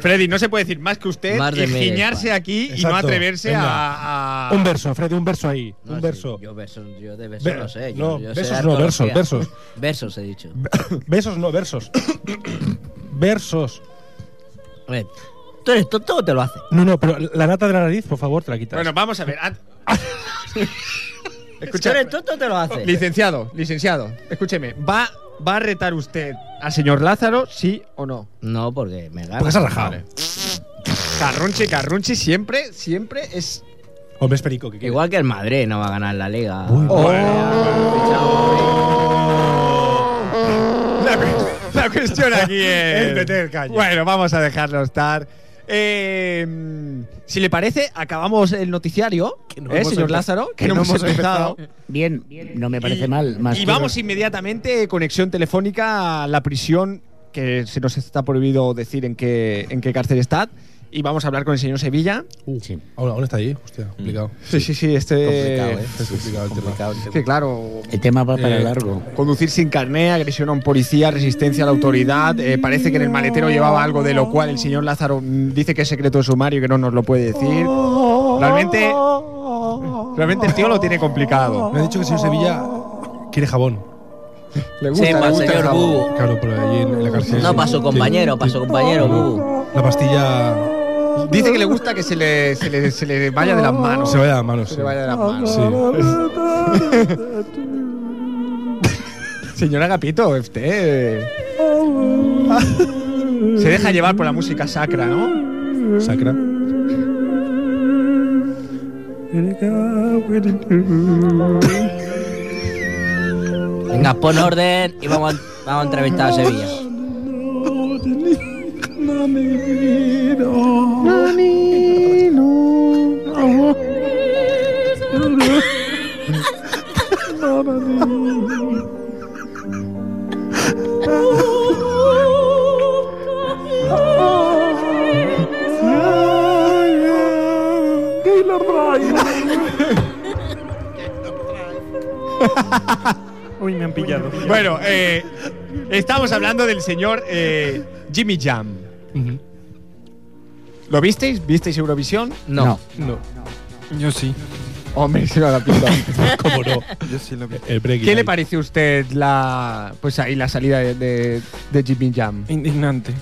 Speaker 1: Freddy, no se puede decir más que usted
Speaker 2: Más de
Speaker 1: y
Speaker 2: media,
Speaker 1: giñarse
Speaker 2: pa.
Speaker 1: aquí y no
Speaker 6: Exacto,
Speaker 1: atreverse
Speaker 6: venga.
Speaker 1: a, a-
Speaker 6: Un verso, Freddy, un verso ahí.
Speaker 2: No,
Speaker 6: un
Speaker 2: sí,
Speaker 6: verso.
Speaker 2: Yo, versos, yo de versos
Speaker 6: Ve-
Speaker 2: no sé. yo,
Speaker 6: no,
Speaker 2: yo sé
Speaker 6: versos
Speaker 2: de
Speaker 6: no, versos,
Speaker 2: arqueología.
Speaker 6: versos.
Speaker 2: Versos he dicho.
Speaker 6: Besos, no, versos. versos.
Speaker 2: A ver, tú eres tonto o te lo hace.
Speaker 6: No, no, pero la nata de la nariz, por favor, te la quitas.
Speaker 1: Bueno, vamos a ver. an-
Speaker 2: ¿Tú
Speaker 1: Escucha,
Speaker 2: eres tonto o te lo hace?
Speaker 1: licenciado, licenciado, escúcheme, ¿va, ¿va a retar usted al señor Lázaro, sí o no?
Speaker 2: No, porque me gana.
Speaker 6: Porque se ha rajado.
Speaker 1: Carrunchi, Carrunchi siempre, siempre es
Speaker 6: Hombre, es perico. que quiere.
Speaker 2: Igual que el Madrid no va a ganar la liga.
Speaker 6: Uy,
Speaker 1: La, cu- la cuestión aquí es.
Speaker 6: Es meter caña.
Speaker 1: Bueno, vamos a dejarlo estar. Eh, si le parece, acabamos el noticiario,
Speaker 4: no
Speaker 1: ¿eh,
Speaker 4: hemos
Speaker 1: señor
Speaker 4: empe-
Speaker 1: Lázaro, que, no, hemos, empezado.
Speaker 3: Bien, no me parece mal. Más
Speaker 1: Y
Speaker 3: que-
Speaker 1: vamos inmediatamente, conexión telefónica a la prisión, que se nos está prohibido decir en qué, en qué cárcel está. Y vamos a hablar con el señor Sevilla.
Speaker 6: Uh,
Speaker 3: Sí.
Speaker 6: aún, aún está allí,
Speaker 2: Mm.
Speaker 6: hostia, complicado.
Speaker 1: Sí, sí, sí, este.
Speaker 4: Complicado, ¿eh?
Speaker 6: Es complicado el tema.
Speaker 1: Es que claro,
Speaker 3: El tema va para
Speaker 6: Eh,
Speaker 3: largo.
Speaker 1: Conducir sin carné, agresión a un policía, resistencia a la autoridad. eh, parece que en el maletero llevaba algo de lo cual el señor Lázaro mm, dice que es secreto de sumario y que no nos lo puede decir. Realmente, realmente el tío lo tiene complicado.
Speaker 6: Me ha dicho que el señor Sevilla quiere jabón.
Speaker 1: Le
Speaker 2: Sí, para el señor
Speaker 1: jabón.
Speaker 2: Bubu.
Speaker 6: Claro, pero allí en la cárcel.
Speaker 2: No, para su compañero, para su compañero, Bubu.
Speaker 6: La pastilla
Speaker 1: Dice que le gusta que se le, se le- se le vaya de las manos.
Speaker 6: se vaya a manos.
Speaker 1: Se le vaya de las manos.
Speaker 6: Sí.
Speaker 1: Señora Agapito, usted. eh. Se deja llevar por la música sacra, ¿no?
Speaker 6: Sacra.
Speaker 2: Venga, pon orden y vamos a, vamos a entrevistar a Sevilla.
Speaker 5: Uy, me han pillado.
Speaker 1: Bueno, eh, estamos hablando del señor eh, Jimmy Jam.
Speaker 6: Ujú.
Speaker 1: ¿Lo visteis? ¿Visteis Eurovisión?
Speaker 2: No.
Speaker 6: No,
Speaker 5: Yo sí,
Speaker 1: Hombre, se me la pinta.
Speaker 6: cómo no.
Speaker 5: yo sí lo vi.
Speaker 6: El breaking
Speaker 1: ¿Qué le
Speaker 6: ahí.
Speaker 1: parece a usted la, pues ahí la salida de, de- de Jimmy Jam?
Speaker 5: Indignante.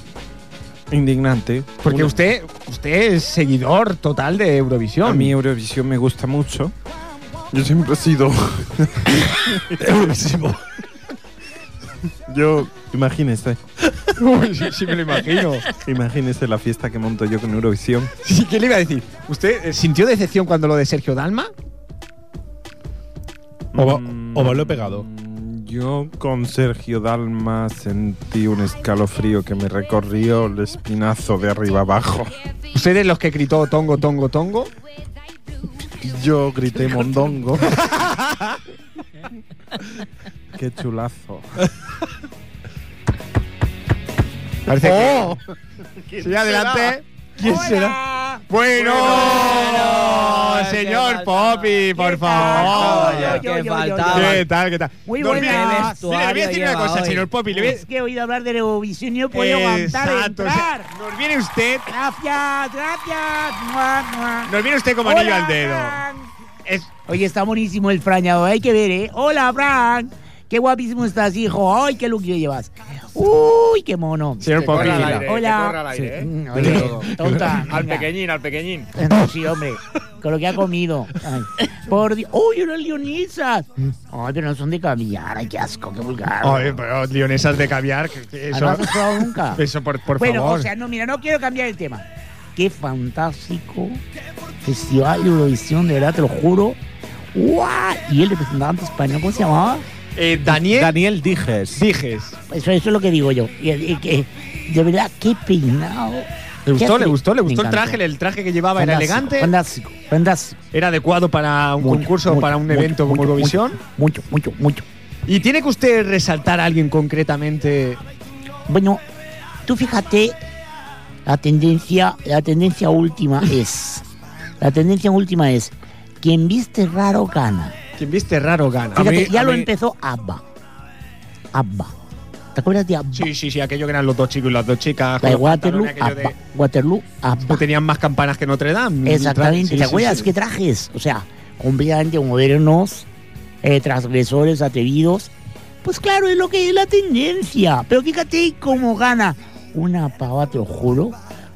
Speaker 5: Indignante.
Speaker 1: Porque
Speaker 5: Una-
Speaker 1: usted, usted es seguidor total de Eurovisión.
Speaker 5: A mí Eurovisión me gusta mucho. Yo siempre he sido Eurovisivo. Yo, imagínese,
Speaker 1: Uy, sí, sí me lo imagino.
Speaker 5: imagínese la fiesta que monto yo con Eurovisión.
Speaker 1: Sí, ¿Qué le iba a decir? ¿Usted eh, sintió decepción cuando lo de Sergio Dalma?
Speaker 6: O, va-
Speaker 5: Mm,
Speaker 6: o balón pegado.
Speaker 5: Yo con Sergio Dalma sentí un escalofrío que me recorrió el espinazo de arriba abajo.
Speaker 1: ¿Usted es los que gritó tongo, tongo, tongo?
Speaker 5: Yo grité mondongo. Qué chulazo.
Speaker 1: Parece
Speaker 5: Oh.
Speaker 1: que. Sí, adelante. ¿Quién será? Bueno, señor Poppy, por favor.
Speaker 2: Oye,
Speaker 3: Yo, yo,
Speaker 2: ¿Qué
Speaker 3: yo,
Speaker 2: faltaba?
Speaker 1: ¿Qué tal? ¿Qué tal?
Speaker 3: Muy
Speaker 1: Dormí-
Speaker 3: buena.
Speaker 1: Mire,
Speaker 2: Vestuario
Speaker 1: le voy a decir una
Speaker 2: lleva
Speaker 1: cosa,
Speaker 2: hoy.
Speaker 1: señor Poppy. Le voy a-
Speaker 3: Es que he oído hablar de Eurovisión y no he podido aguantar de
Speaker 1: Exacto, o sea,
Speaker 3: entrar.
Speaker 1: Nos viene usted,
Speaker 3: Gracias, gracias. Mua, mua.
Speaker 1: nos viene usted como
Speaker 3: Hola,
Speaker 1: anillo al dedo.
Speaker 3: Frank.
Speaker 1: Es-
Speaker 3: Oye, está buenísimo el frañado, hay que ver, ¿eh? Hola, Frank. Qué guapísimo estás, hijo. Ay, qué look que llevas. Uy, qué mono.
Speaker 1: señor Poppy.
Speaker 8: corra al
Speaker 1: mira.
Speaker 8: aire. que corra
Speaker 3: Hola.
Speaker 8: al aire, ¿eh?
Speaker 3: Mm, Oye, tonta.
Speaker 8: Al
Speaker 3: venga.
Speaker 8: pequeñín, al pequeñín.
Speaker 3: No, sí, hombre. Con lo que ha comido. Ay, por Dios. ¡Uy, unas leonisas! Ay, pero no son de caviar. Ay, qué asco, qué vulgar.
Speaker 1: Ay, pero lionesas de caviar, que- que
Speaker 3: Ah,
Speaker 1: eso,
Speaker 3: ¿No has probado nunca?
Speaker 1: eso por, por
Speaker 3: bueno,
Speaker 1: favor.
Speaker 3: o sea, no, mira, no quiero cambiar el tema. Qué fantástico festival de Eurovisión, de verdad, te lo juro. ¡Guau! Y el representante español, ¿cómo se llamaba?
Speaker 1: Eh, Daniel
Speaker 4: Daniel Dijes.
Speaker 1: Dijes.
Speaker 3: Eso, eso es lo que digo yo. Y- y que, de verdad, qué peinado.
Speaker 1: ¿Le
Speaker 3: Qué
Speaker 1: gustó? ¿Le
Speaker 3: atri-
Speaker 1: gustó? ¿Le
Speaker 3: Me
Speaker 1: gustó el
Speaker 3: encantó.
Speaker 1: traje? ¿El traje que llevaba era
Speaker 3: Fantástico,
Speaker 1: elegante?
Speaker 3: Fantástico, fantástico.
Speaker 1: ¿Era adecuado para un
Speaker 3: Mucho,
Speaker 1: concurso
Speaker 3: mucho,
Speaker 1: para un
Speaker 3: mucho,
Speaker 1: evento como
Speaker 3: mucho,
Speaker 1: Eurovisión?
Speaker 3: Mucho, mucho, mucho.
Speaker 1: ¿Y tiene que usted resaltar a alguien concretamente?
Speaker 3: Bueno, tú fíjate, la tendencia, la tendencia última es, la tendencia última es, quien viste raro gana.
Speaker 1: Quien viste raro gana.
Speaker 3: Fíjate,
Speaker 4: mí-
Speaker 3: ya
Speaker 4: a
Speaker 3: lo
Speaker 4: mí-
Speaker 3: empezó Abba. Abba. ¿Te acuerdas de Abba?
Speaker 1: Sí, sí, sí, aquello que eran los dos chicos y las dos chicas.
Speaker 3: La de
Speaker 1: con los
Speaker 3: Waterloo,
Speaker 1: pantalones, aquello
Speaker 3: Abba.
Speaker 1: de-
Speaker 3: Waterloo, Abba.
Speaker 1: que tenían más campanas que Notre Dame.
Speaker 3: Exactamente.
Speaker 1: Sí,
Speaker 3: ¿Te
Speaker 1: sí,
Speaker 3: acuerdas
Speaker 1: sí.
Speaker 3: qué trajes? O sea, completamente modernos, eh, transgresores, atrevidos. Pues claro, es lo que es la tendencia. Pero fíjate cómo gana una pava, te lo juro,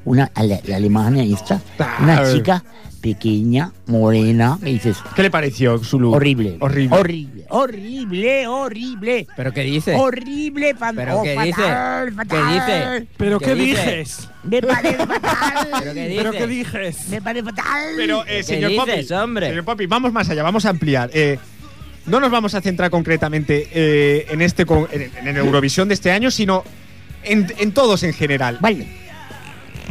Speaker 3: una ale- la alemana esta, una
Speaker 2: Ah,
Speaker 1: Claro.
Speaker 3: chica pequeña, morena, me dices,
Speaker 1: ¿Qué le pareció su look?
Speaker 3: horrible.
Speaker 1: Horrible.
Speaker 3: Horrible, horrible, horrible.
Speaker 2: ¿Pero qué dices?
Speaker 3: Horrible, fan-
Speaker 2: ¿Pero
Speaker 3: oh,
Speaker 2: qué dice?
Speaker 3: fatal,
Speaker 2: ¿Qué
Speaker 3: fatal.
Speaker 2: dices? dices?
Speaker 3: Me parece
Speaker 2: ¿Pero
Speaker 3: fatal.
Speaker 2: qué dices?
Speaker 5: ¿Pero qué dices?
Speaker 3: Me parece fatal.
Speaker 1: Pero, eh,
Speaker 2: ¿Qué
Speaker 1: señor
Speaker 2: dices,
Speaker 1: Poppy,
Speaker 2: hombre?
Speaker 1: señor Poppy, vamos más allá, vamos a ampliar. Eh, no nos vamos a centrar concretamente eh, en este con- en, en el Eurovisión de este año, sino en, en todos en general.
Speaker 3: Vale.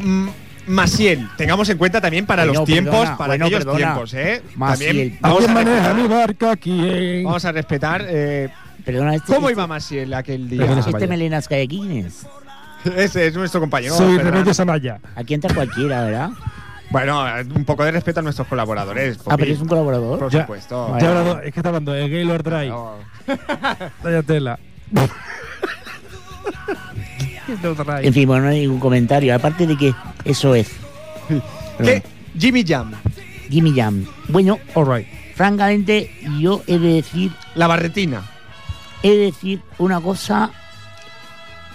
Speaker 1: Mm, Maciel, tengamos en cuenta también para
Speaker 3: Bueno,
Speaker 1: los tiempos,
Speaker 3: perdona,
Speaker 1: para
Speaker 3: bueno,
Speaker 1: aquellos
Speaker 3: perdona.
Speaker 1: tiempos, ¿eh?
Speaker 3: Maciel.
Speaker 1: También vamos a, respetar,
Speaker 5: barca aquí?
Speaker 1: vamos a respetar, eh,
Speaker 3: Perdona, este,
Speaker 1: ¿Cómo
Speaker 3: este-
Speaker 1: iba Maciel aquel día?
Speaker 3: este, melenas cae Guinness.
Speaker 1: Ese es nuestro compañero. Ferran.
Speaker 5: Amaya.
Speaker 3: Aquí entra cualquiera, ¿verdad?
Speaker 1: Bueno, eh, un poco de respeto a nuestros colaboradores.
Speaker 3: Ah,
Speaker 1: Poppy,
Speaker 3: pero es un colaborador.
Speaker 1: Por
Speaker 6: Ya.
Speaker 1: supuesto.
Speaker 3: Vale.
Speaker 6: es que está hablando de Gaylord Drive.
Speaker 1: No.
Speaker 6: Vaya tela.
Speaker 3: En fin, bueno, no hay ningún comentario. Aparte de que eso es.
Speaker 1: ¿Qué? Jimmy Jam.
Speaker 3: Jimmy Jam. Bueno,
Speaker 6: All right.
Speaker 3: francamente, yo he de decir,
Speaker 1: La barretina.
Speaker 3: he de decir una cosa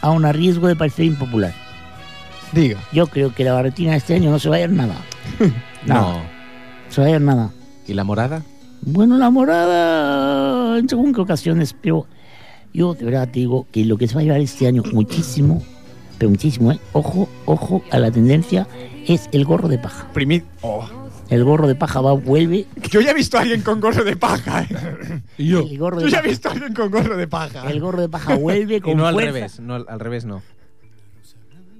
Speaker 3: a un riesgo de parecer impopular.
Speaker 1: Diga.
Speaker 3: Yo creo que la barretina este año no se va a ir nada.
Speaker 4: No.
Speaker 3: Se va a ir nada.
Speaker 4: ¿Y la morada?
Speaker 3: Bueno, la morada, en según qué ocasiones, pero yo de verdad te digo que lo que se va a llevar este año muchísimo, pero muchísimo, ¿eh? ojo, ojo a la tendencia, es el gorro de paja.
Speaker 1: Primi- Oh.
Speaker 3: El gorro de paja va, vuelve.
Speaker 1: Yo ya he visto a alguien con gorro de paja. ¿eh?
Speaker 6: Y yo.
Speaker 3: El gorro
Speaker 1: Yo
Speaker 3: de
Speaker 1: ya he
Speaker 3: paja,
Speaker 1: visto a alguien con gorro de paja.
Speaker 3: el gorro de paja vuelve
Speaker 4: Y
Speaker 3: con
Speaker 4: no al
Speaker 3: fuerza.
Speaker 4: revés, no al, al revés no.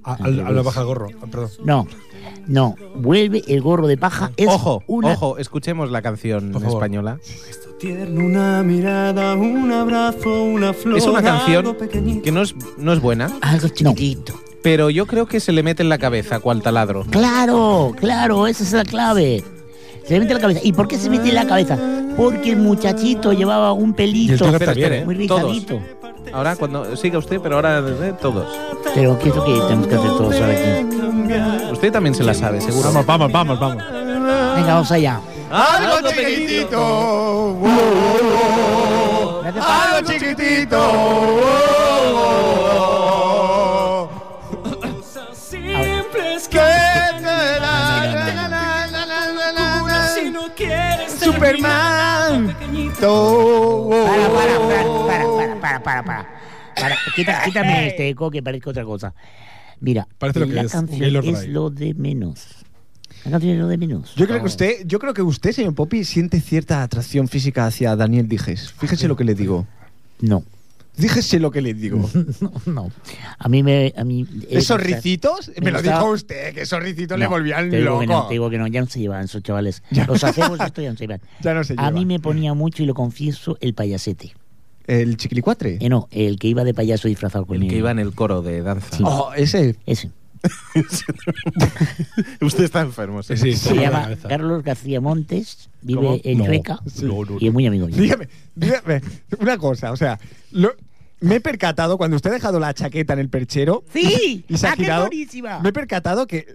Speaker 6: A, al- a la baja gorro, ah, perdón.
Speaker 3: No, no. Vuelve el gorro de paja. Es
Speaker 4: Ojo,
Speaker 3: una...
Speaker 4: ojo, escuchemos la canción
Speaker 6: Por favor.
Speaker 4: española.
Speaker 7: Tierno, una mirada, un abrazo, una flor.
Speaker 4: Es una
Speaker 7: algo
Speaker 4: canción
Speaker 7: pequeñito.
Speaker 4: que no es, no es buena,
Speaker 3: Algo chiquitito.
Speaker 4: pero yo creo que se le mete en la cabeza cual taladro.
Speaker 3: Claro, claro, esa es la clave. Se le mete en la cabeza. ¿Y por qué se mete en la cabeza? Porque el muchachito llevaba un
Speaker 6: Y el
Speaker 3: pelito
Speaker 6: toca
Speaker 4: Espera,
Speaker 6: también,
Speaker 4: espera,
Speaker 6: ¿eh?
Speaker 3: muy
Speaker 4: ¿eh? Todos.
Speaker 3: rizadito.
Speaker 4: Ahora, cuando siga usted, pero ahora eh, todos.
Speaker 3: Pero ¿qué es lo que tenemos que hacer todos ahora aquí?
Speaker 4: Usted también se la sabe, seguro.
Speaker 8: Vamos, vamos, vamos, vamos.
Speaker 3: Venga, vamos allá.
Speaker 1: Algo chiquitito.
Speaker 3: Gracias, pa-
Speaker 1: Algo Oh, chiquitito.
Speaker 7: Siempre es que si
Speaker 1: Superman.
Speaker 7: no quieres
Speaker 3: Para, para, para, para, para, para, para. Para, quita- quítame este eco que parezca otra cosa. Mira,
Speaker 6: Parece lo que
Speaker 3: la
Speaker 6: es,
Speaker 3: canción
Speaker 6: Gaylord
Speaker 3: es
Speaker 6: Ray.
Speaker 3: lo de menos. La canción es lo de menos.
Speaker 1: Yo creo que usted, yo creo que usted, señor Poppy, siente cierta atracción física hacia Daniel Dijes. Fíjese lo que le digo.
Speaker 3: No,
Speaker 1: Díjese lo que le digo.
Speaker 3: no, no. A mí me... A mí,
Speaker 1: ¿Esos
Speaker 3: eh,
Speaker 1: ricitos? Me, lo
Speaker 3: gustaba-
Speaker 1: dijo usted, que esos ricitos le
Speaker 3: No,
Speaker 1: volvían
Speaker 3: te digo
Speaker 1: loco.
Speaker 3: que no, te digo que no, ya no se llevan esos chavales. Los hacemos, esto ya no se llevan.
Speaker 1: Ya no se
Speaker 3: A
Speaker 1: lleva.
Speaker 3: mí me ponía mucho, y lo confieso, el payasete.
Speaker 1: ¿El chiquilicuatre?
Speaker 3: Eh, no, el que iba de payaso disfrazado con
Speaker 4: El que iba en el coro de danza.
Speaker 3: Sí.
Speaker 1: Oh, ese.
Speaker 3: Ese.
Speaker 4: Usted está enfermo.
Speaker 6: Sí, sí,
Speaker 3: Se
Speaker 6: toca la
Speaker 3: llama
Speaker 6: cabeza.
Speaker 3: Carlos García Montes, vive
Speaker 6: ¿Cómo?
Speaker 3: en
Speaker 6: No,
Speaker 3: Chueca
Speaker 6: no, no,
Speaker 3: y es muy amigo mío.
Speaker 1: Dígame, dígame una cosa, o sea, lo- me he percatado cuando usted ha dejado la chaqueta en el perchero
Speaker 3: ¡Sí!
Speaker 1: y se ha
Speaker 3: ¡Ah, qué
Speaker 1: girado.
Speaker 3: buenísima!
Speaker 1: Me he percatado que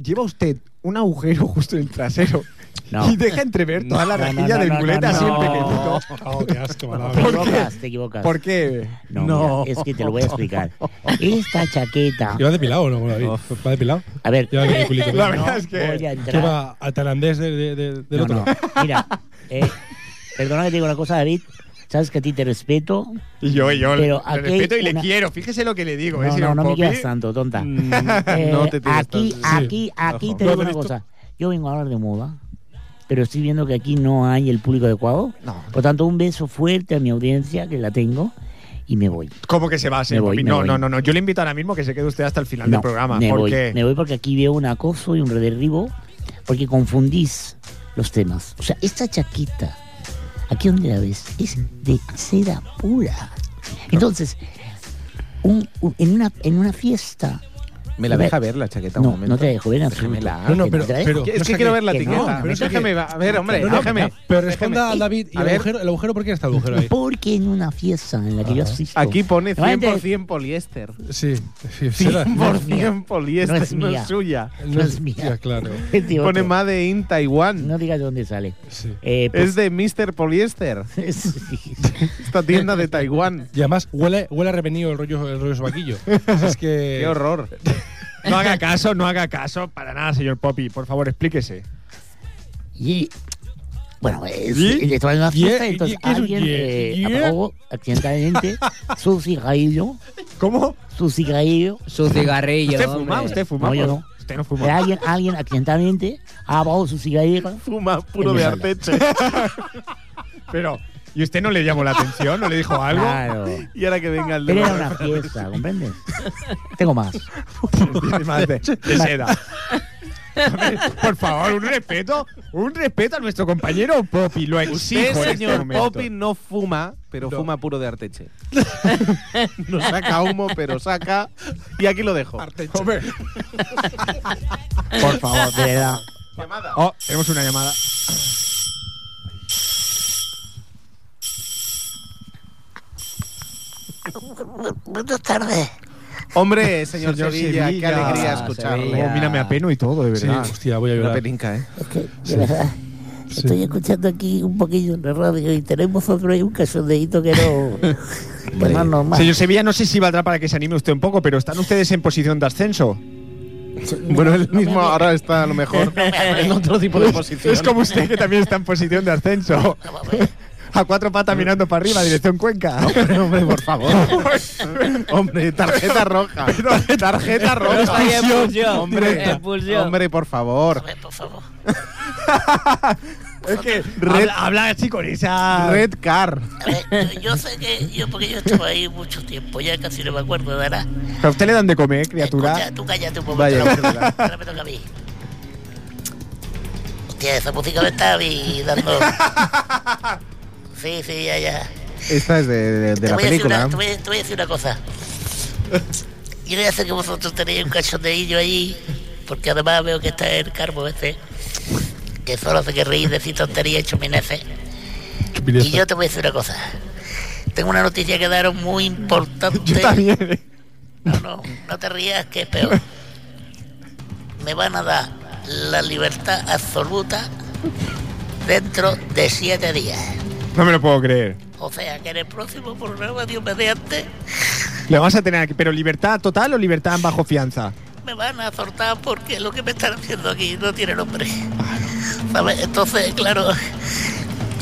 Speaker 1: lleva usted un agujero justo en el trasero
Speaker 3: No.
Speaker 1: y deja entrever toda la
Speaker 3: No, no,
Speaker 1: rejilla
Speaker 3: no,
Speaker 1: del
Speaker 3: no,
Speaker 1: muleta
Speaker 3: no,
Speaker 1: así en
Speaker 3: no.
Speaker 1: pequeñito.
Speaker 6: Oh, qué asco, mala
Speaker 3: Te
Speaker 1: ¿Por
Speaker 6: hora.
Speaker 3: equivocas,
Speaker 1: qué?
Speaker 3: te equivocas.
Speaker 1: ¿por qué?
Speaker 3: No,
Speaker 4: No.
Speaker 3: mira, es que te lo voy a explicar. Esta chaqueta.
Speaker 6: ¿Lleva depilado o no, David? ¿Va depilado?
Speaker 3: A ver, eh,
Speaker 6: Lleva el culito.
Speaker 1: La
Speaker 6: ¿no?
Speaker 1: verdad es que-
Speaker 3: voy a entrar.
Speaker 6: Lleva al tailandés de- de- de- del
Speaker 3: No, no.
Speaker 6: otro.
Speaker 3: Mira, eh, perdona que te digo una cosa, David. Sabes que a ti te respeto.
Speaker 1: Y yo, y yo, le
Speaker 3: Pero aquí hay
Speaker 1: respeto y le
Speaker 3: una-
Speaker 1: quiero, fíjese lo que le digo, ¿eh,
Speaker 3: No, no,
Speaker 1: señor
Speaker 3: no me
Speaker 1: Poppy?
Speaker 3: quieras tanto, tonta. Eh,
Speaker 4: no te tienes
Speaker 3: aquí,
Speaker 4: tanto.
Speaker 3: aquí, aquí te digo una cosa. Yo vengo a hablar de moda, pero estoy viendo que aquí no hay el público adecuado.
Speaker 1: No.
Speaker 3: Por tanto, un beso fuerte a mi audiencia, que la tengo, y me voy.
Speaker 1: ¿Cómo que se va, señor
Speaker 3: Me voy,
Speaker 1: Poppy?
Speaker 3: me
Speaker 1: No,
Speaker 3: voy.
Speaker 1: no, no, no, yo le invito ahora mismo que se quede usted hasta el final
Speaker 3: No,
Speaker 1: del programa.
Speaker 3: me
Speaker 1: ¿Por
Speaker 3: voy.
Speaker 1: qué?
Speaker 3: Me voy porque aquí veo un acoso y un derribo, porque confundís los temas. O sea, esta chaqueta, aquí donde la ves, es de seda pura. Entonces, un- un- en, una, en una fiesta...
Speaker 4: ¿Me la deja ver la chaqueta un
Speaker 3: No,
Speaker 4: momento?
Speaker 3: no te la dejo ver en absoluto.
Speaker 4: Déjamela.
Speaker 6: Ah, No, no,
Speaker 3: ¿Te-
Speaker 6: pero-
Speaker 3: te la dejo?
Speaker 6: pero-
Speaker 4: Es que
Speaker 6: saque-
Speaker 4: quiero ver la
Speaker 3: que no,
Speaker 4: etiqueta.
Speaker 3: pero
Speaker 6: saque-
Speaker 4: déjame, va- a ver, hombre,
Speaker 6: No, no,
Speaker 4: déjame.
Speaker 6: Pero responda a David. ¿Y
Speaker 4: A
Speaker 6: el
Speaker 4: ver.
Speaker 6: agujero, el agujero por qué está el agujero ahí?
Speaker 3: Porque en una fiesta en la que yo
Speaker 6: Ajá.
Speaker 3: asisto.
Speaker 4: Aquí pone
Speaker 3: Normalmente-
Speaker 4: 100% poliéster.
Speaker 6: Sí, sí, será.
Speaker 3: mía.
Speaker 4: 100% poliéster,
Speaker 3: No
Speaker 4: no
Speaker 3: es mía.
Speaker 4: es, suya.
Speaker 3: No es mía.
Speaker 6: Ya, claro.
Speaker 3: Tío,
Speaker 4: Pone
Speaker 3: tío,
Speaker 4: Made in Taiwan.
Speaker 3: este No digas de dónde sale.
Speaker 6: Sí.
Speaker 3: Eh, pues-
Speaker 4: Es de Mr. Poliéster,
Speaker 3: sí.
Speaker 4: esta tienda de Taiwán.
Speaker 6: Y además huele, huele a revenido el rollo, el rollo sobaquillo. es que...
Speaker 4: Qué horror.
Speaker 1: No haga caso, no haga caso para nada, señor Poppy. Por favor, explíquese.
Speaker 3: Y. Bueno, es,
Speaker 6: ¿Y?
Speaker 3: le estaba en una
Speaker 6: ¿Y-
Speaker 3: fiesta,
Speaker 6: y-
Speaker 3: entonces
Speaker 6: qué es un
Speaker 3: alguien
Speaker 6: y-
Speaker 3: eh,
Speaker 6: y-
Speaker 3: apagó accidentalmente su cigarrillo.
Speaker 1: ¿Cómo?
Speaker 3: Su cigarrillo.
Speaker 2: Su cigarrillo.
Speaker 1: ¿Usted
Speaker 2: hombre.
Speaker 1: fuma? ¿Usted fuma?
Speaker 3: No, yo
Speaker 1: Pues,
Speaker 3: no.
Speaker 1: Usted no
Speaker 3: Eh,
Speaker 1: fuma.
Speaker 3: Alguien, alguien accidentalmente ha apagado su cigarrillo.
Speaker 4: Fuma puro
Speaker 3: En mi
Speaker 4: de
Speaker 3: falda.
Speaker 4: arteche.
Speaker 1: Pero, ¿y usted no le llamó la atención? ¿No le dijo algo?
Speaker 3: Claro.
Speaker 4: Y ahora que venga el de
Speaker 3: Pero era una fiesta, ¿comprendes? Tengo más.
Speaker 1: Tiene más de, de seda. A ver, Por favor, un respeto, un respeto a nuestro compañero Poppy. Lo
Speaker 4: Usted,
Speaker 1: exijo en este
Speaker 4: señor
Speaker 1: momento.
Speaker 4: Poppy, no fuma, pero
Speaker 6: No.
Speaker 4: fuma puro de arteche. no saca humo, pero saca. Y aquí lo dejo.
Speaker 1: Hombre. Por favor.
Speaker 3: De verdad.
Speaker 4: Llamada.
Speaker 1: Oh, tenemos una llamada.
Speaker 3: Buenas tardes.
Speaker 4: Hombre, señor,
Speaker 1: Señor
Speaker 4: Sevilla,
Speaker 1: Sevilla.
Speaker 4: qué alegría
Speaker 2: Ah,
Speaker 4: escucharlo.
Speaker 2: Sevilla.
Speaker 1: Oh, mira, me apeno y todo, de
Speaker 6: Sí,
Speaker 1: verdad.
Speaker 6: hostia, voy a
Speaker 4: Una
Speaker 6: llorar.
Speaker 4: peninca, ¿eh?
Speaker 3: Es que, de verdad, estoy escuchando aquí un poquillo en la radio y tenemos otro ahí un cachondeíto que no, que no es normal.
Speaker 1: Señor Sevilla, no sé si valdrá para que se anime usted un poco, pero ¿están ustedes en posición de ascenso?
Speaker 4: Bueno, él mismo ahora está a lo mejor en otro tipo de posición.
Speaker 1: Es como usted que también está en posición de ascenso. A cuatro patas mirando para arriba, dirección Cuenca.
Speaker 5: pues,
Speaker 4: Hombre, hombre, por favor. hombre, tarjeta roja. tarjeta
Speaker 2: Pero está
Speaker 4: roja.
Speaker 2: ahí en pulsión.
Speaker 4: Hombre,
Speaker 2: En pulsión.
Speaker 4: hombre, por favor.
Speaker 1: Es que
Speaker 4: Red-
Speaker 1: habla, habla así con esa.
Speaker 4: Red Car.
Speaker 8: A ver, yo- yo sé que yo porque yo estaba ahí mucho tiempo, ya casi no me acuerdo de nada.
Speaker 1: ¿A usted le dan de comer,
Speaker 8: Escucha,
Speaker 1: criatura?
Speaker 8: tú cállate un
Speaker 4: Vaya,
Speaker 8: momento. Vaya, ahora me toca a mí. Hostia, esa música me está a mí dando. Sí, sí, ya, ya.
Speaker 4: Esta es de, de- de
Speaker 8: Te
Speaker 4: la
Speaker 8: voy a decir
Speaker 4: película.
Speaker 8: una- te, voy, a- te voy a decir una cosa. Yo ya sé que vosotros tenéis un cachondeillo ahí, porque además veo que está el carbo este, que solo hace que reír, decir tonterías y chumineces. Y
Speaker 6: pues.
Speaker 8: yo te voy a decir una cosa. Tengo una noticia que daros muy importante.
Speaker 1: Yo también.
Speaker 8: No, no, no te rías, que es peor. Me van a dar la libertad absoluta dentro de siete días.
Speaker 1: No me lo puedo creer.
Speaker 8: O sea, que en el próximo programa, Dios mediante,
Speaker 1: Le vamos a tener aquí. ¿Pero libertad total o libertad bajo fianza?
Speaker 8: me van a soltar porque lo que me están haciendo aquí no tiene nombre. ¿Sabes? Entonces, claro,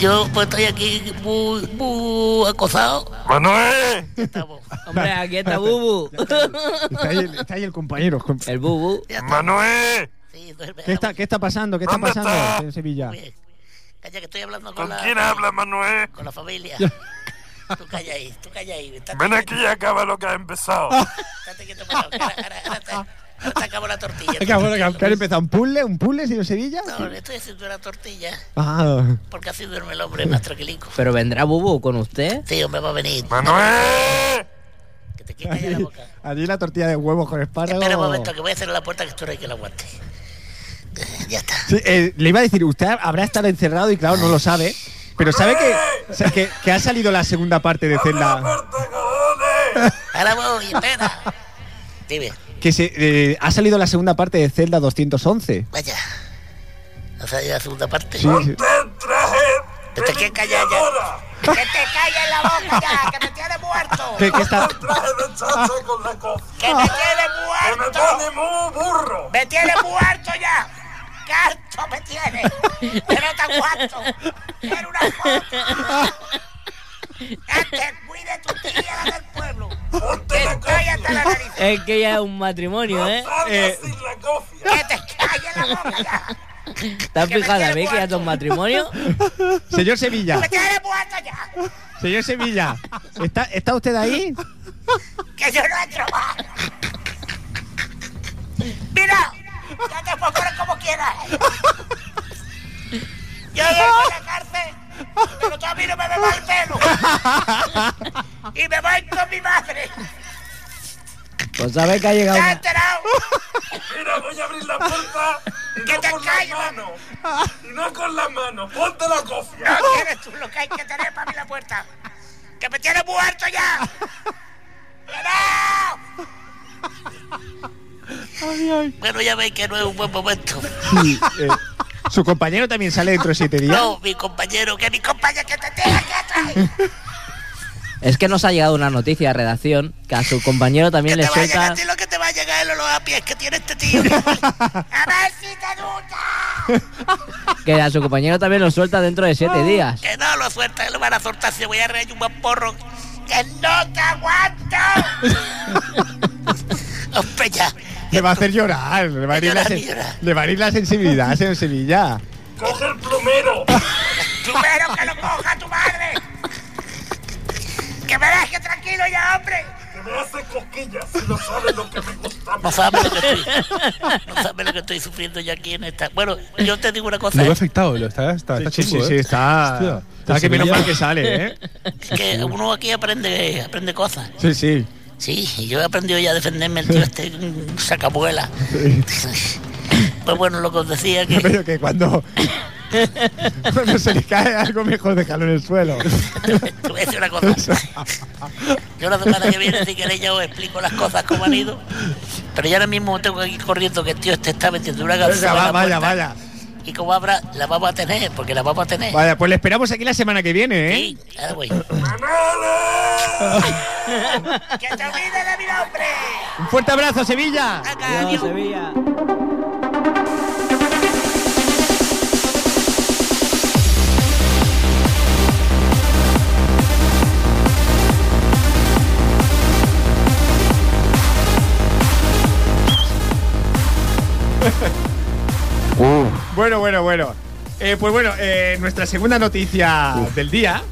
Speaker 8: yo pues, estoy aquí muy, muy acosado.
Speaker 5: ¡Manuel!
Speaker 8: Ya estamos.
Speaker 2: Hombre, aquí está Bubu.
Speaker 1: Está ahí, el- está ahí el compañero.
Speaker 2: El Bubu.
Speaker 8: Ya estamos.
Speaker 5: ¡Manuel!
Speaker 8: Sí, duerme.
Speaker 1: ¿Qué está, qué está pasando? ¿Qué está
Speaker 5: ¿Dónde
Speaker 1: pasando
Speaker 5: está?
Speaker 1: en Sevilla?
Speaker 8: Muy bien. Calla, que estoy hablando
Speaker 5: ¿Con
Speaker 8: con, la,
Speaker 5: quién habla, Manuel?
Speaker 8: con la familia. tú calla ahí, tú calla ahí. Está-
Speaker 5: Ven aquí y acaba lo que has empezado.
Speaker 8: Date quieto, Manolo, que ahora- ahora- ahora te- ahora te acabo la tortilla.
Speaker 1: ¿Qué han empezado? ¿Un puzzle? ¿Un puzzle, señor Sevilla?
Speaker 8: No, le estoy haciendo una tortilla
Speaker 1: Ah,
Speaker 8: porque así duerme el hombre más tranquilico.
Speaker 2: Pero vendrá Bubu con usted.
Speaker 8: Sí, hombre, va a venir.
Speaker 5: ¡Manuel!
Speaker 8: Que te quita ya la boca.
Speaker 1: allí la tortilla de huevos con espárragos.
Speaker 8: Espera un momento, que voy a cerrar la puerta que esto no hay que lo aguante. Ya está.
Speaker 1: Sí, eh, le iba a decir, usted habrá estado encerrado y claro, no lo sabe. Pero sabe que, o sea, que, que ha salido la segunda parte de Zelda.
Speaker 8: Ahora voy, espera. Dime,
Speaker 1: Que se, eh, ha salido la segunda parte de Zelda 211.
Speaker 8: vaya. O sea, ya la segunda parte.
Speaker 1: Sí, sí.
Speaker 8: Te te quieres callar ya. Que te calles la boca ya, que me tienes muerto.
Speaker 1: Que, que está,
Speaker 8: Que me tienes muerto. ¡Me tiene muerto ya! ¡Carto me tiene! ¡Pero te aguanto! ¡Era una foto! ¡Te cuide tu tía la del pueblo! ¡Que cállate la nariz!
Speaker 2: Es que ya es un matrimonio, ¿eh?
Speaker 1: eh,
Speaker 8: ¡Que te calle la boca ya!
Speaker 2: ¿Estás
Speaker 8: Que me
Speaker 2: fijada,
Speaker 8: tiene
Speaker 2: veis que ya es
Speaker 8: muerto.
Speaker 2: un matrimonio?
Speaker 1: señor Sevilla,
Speaker 8: ¡Me tiene muerto ya!
Speaker 1: señor Sevilla, ¿está, ¿está usted ahí?
Speaker 8: ¡Que yo no entro más! ¡Mira! ¡Ya te puedo poner como quieras! ¡Yo llego a la cárcel! ¡Pero tú a mí no me bebas el pelo! ¡Y me voy con mi madre!
Speaker 2: Pues sabes que ha llegado
Speaker 8: ¿Te has
Speaker 2: una-
Speaker 8: enterado?
Speaker 5: Mira, voy a abrir la puerta. y
Speaker 8: ¡Que
Speaker 5: no
Speaker 8: te
Speaker 5: con la
Speaker 8: calles!
Speaker 5: mano, y no con la mano. Ponte la cofia.
Speaker 8: No tienes tú lo que hay que tener para abrir la puerta. ¡Que me tienes muerto ya! ¡Que no! Bueno, ya veis que no es un buen momento.
Speaker 1: Sí, eh, su compañero también sale dentro de siete días.
Speaker 8: No, mi compañero, que mi compañero que te tenga que atraer.
Speaker 2: Es que nos ha llegado una noticia a redacción que a su compañero también
Speaker 8: Que
Speaker 2: le
Speaker 8: te va a llegar
Speaker 2: suelta.
Speaker 8: a ti lo que te va a llegar el olor a pies que tiene este tío. A ver si te gusta.
Speaker 2: Que a su compañero también lo suelta dentro de siete días.
Speaker 8: Que no lo suelta, que lo van a soltar, se voy a reír un buen porro. Que no te aguanto. Hombre, ya.
Speaker 1: Le va a hacer llorar. Le va a herir la, sen-
Speaker 8: Llorar.
Speaker 1: le va a herir la sensibilidad, señor Sevilla.
Speaker 8: Primero que lo coja tu madre. Que me dejes tranquilo ya, hombre. Que me hace cosquillas no sabes lo que me gusta. No sabes lo que estoy. No sabes lo que estoy sufriendo yo aquí en esta. Bueno, yo te digo una cosa. ¿eh?
Speaker 6: Lo veo afectado, lo está, está, está
Speaker 1: Sí, sí,
Speaker 6: chungo,
Speaker 1: sí,
Speaker 6: ¿eh?
Speaker 1: está.
Speaker 6: Hostia,
Speaker 1: Está que menos
Speaker 6: Sevilla.
Speaker 1: mal que sale, ¿eh?
Speaker 8: que uno aquí aprende, aprende cosas.
Speaker 1: Sí, sí.
Speaker 8: Sí, y yo he aprendido ya a defenderme el tío este un sacabuela. Pues bueno, lo que os decía que
Speaker 1: Pero que cuando. cuando se le cae algo, mejor dejarlo en el suelo.
Speaker 8: te voy a decir una cosa. Yo la semana que viene, si queréis, ya os explico las cosas como han ido. Pero ya ahora mismo tengo que ir corriendo que el tío este está metiendo una
Speaker 1: Venga,
Speaker 8: canción.
Speaker 1: va, vaya, vaya.
Speaker 8: Y como habrá, la vamos a tener, porque la vamos a tener.
Speaker 1: Vaya, pues le esperamos aquí la semana que viene, ¿eh?
Speaker 8: Sí, ahora voy. ¡Que te olvides de mi nombre!
Speaker 1: Un fuerte abrazo, Sevilla.
Speaker 8: Venga,
Speaker 2: Adiós,
Speaker 8: adiós.
Speaker 2: Sevilla.
Speaker 1: Bueno, bueno, bueno. Eh, pues bueno, eh, nuestra segunda noticia del día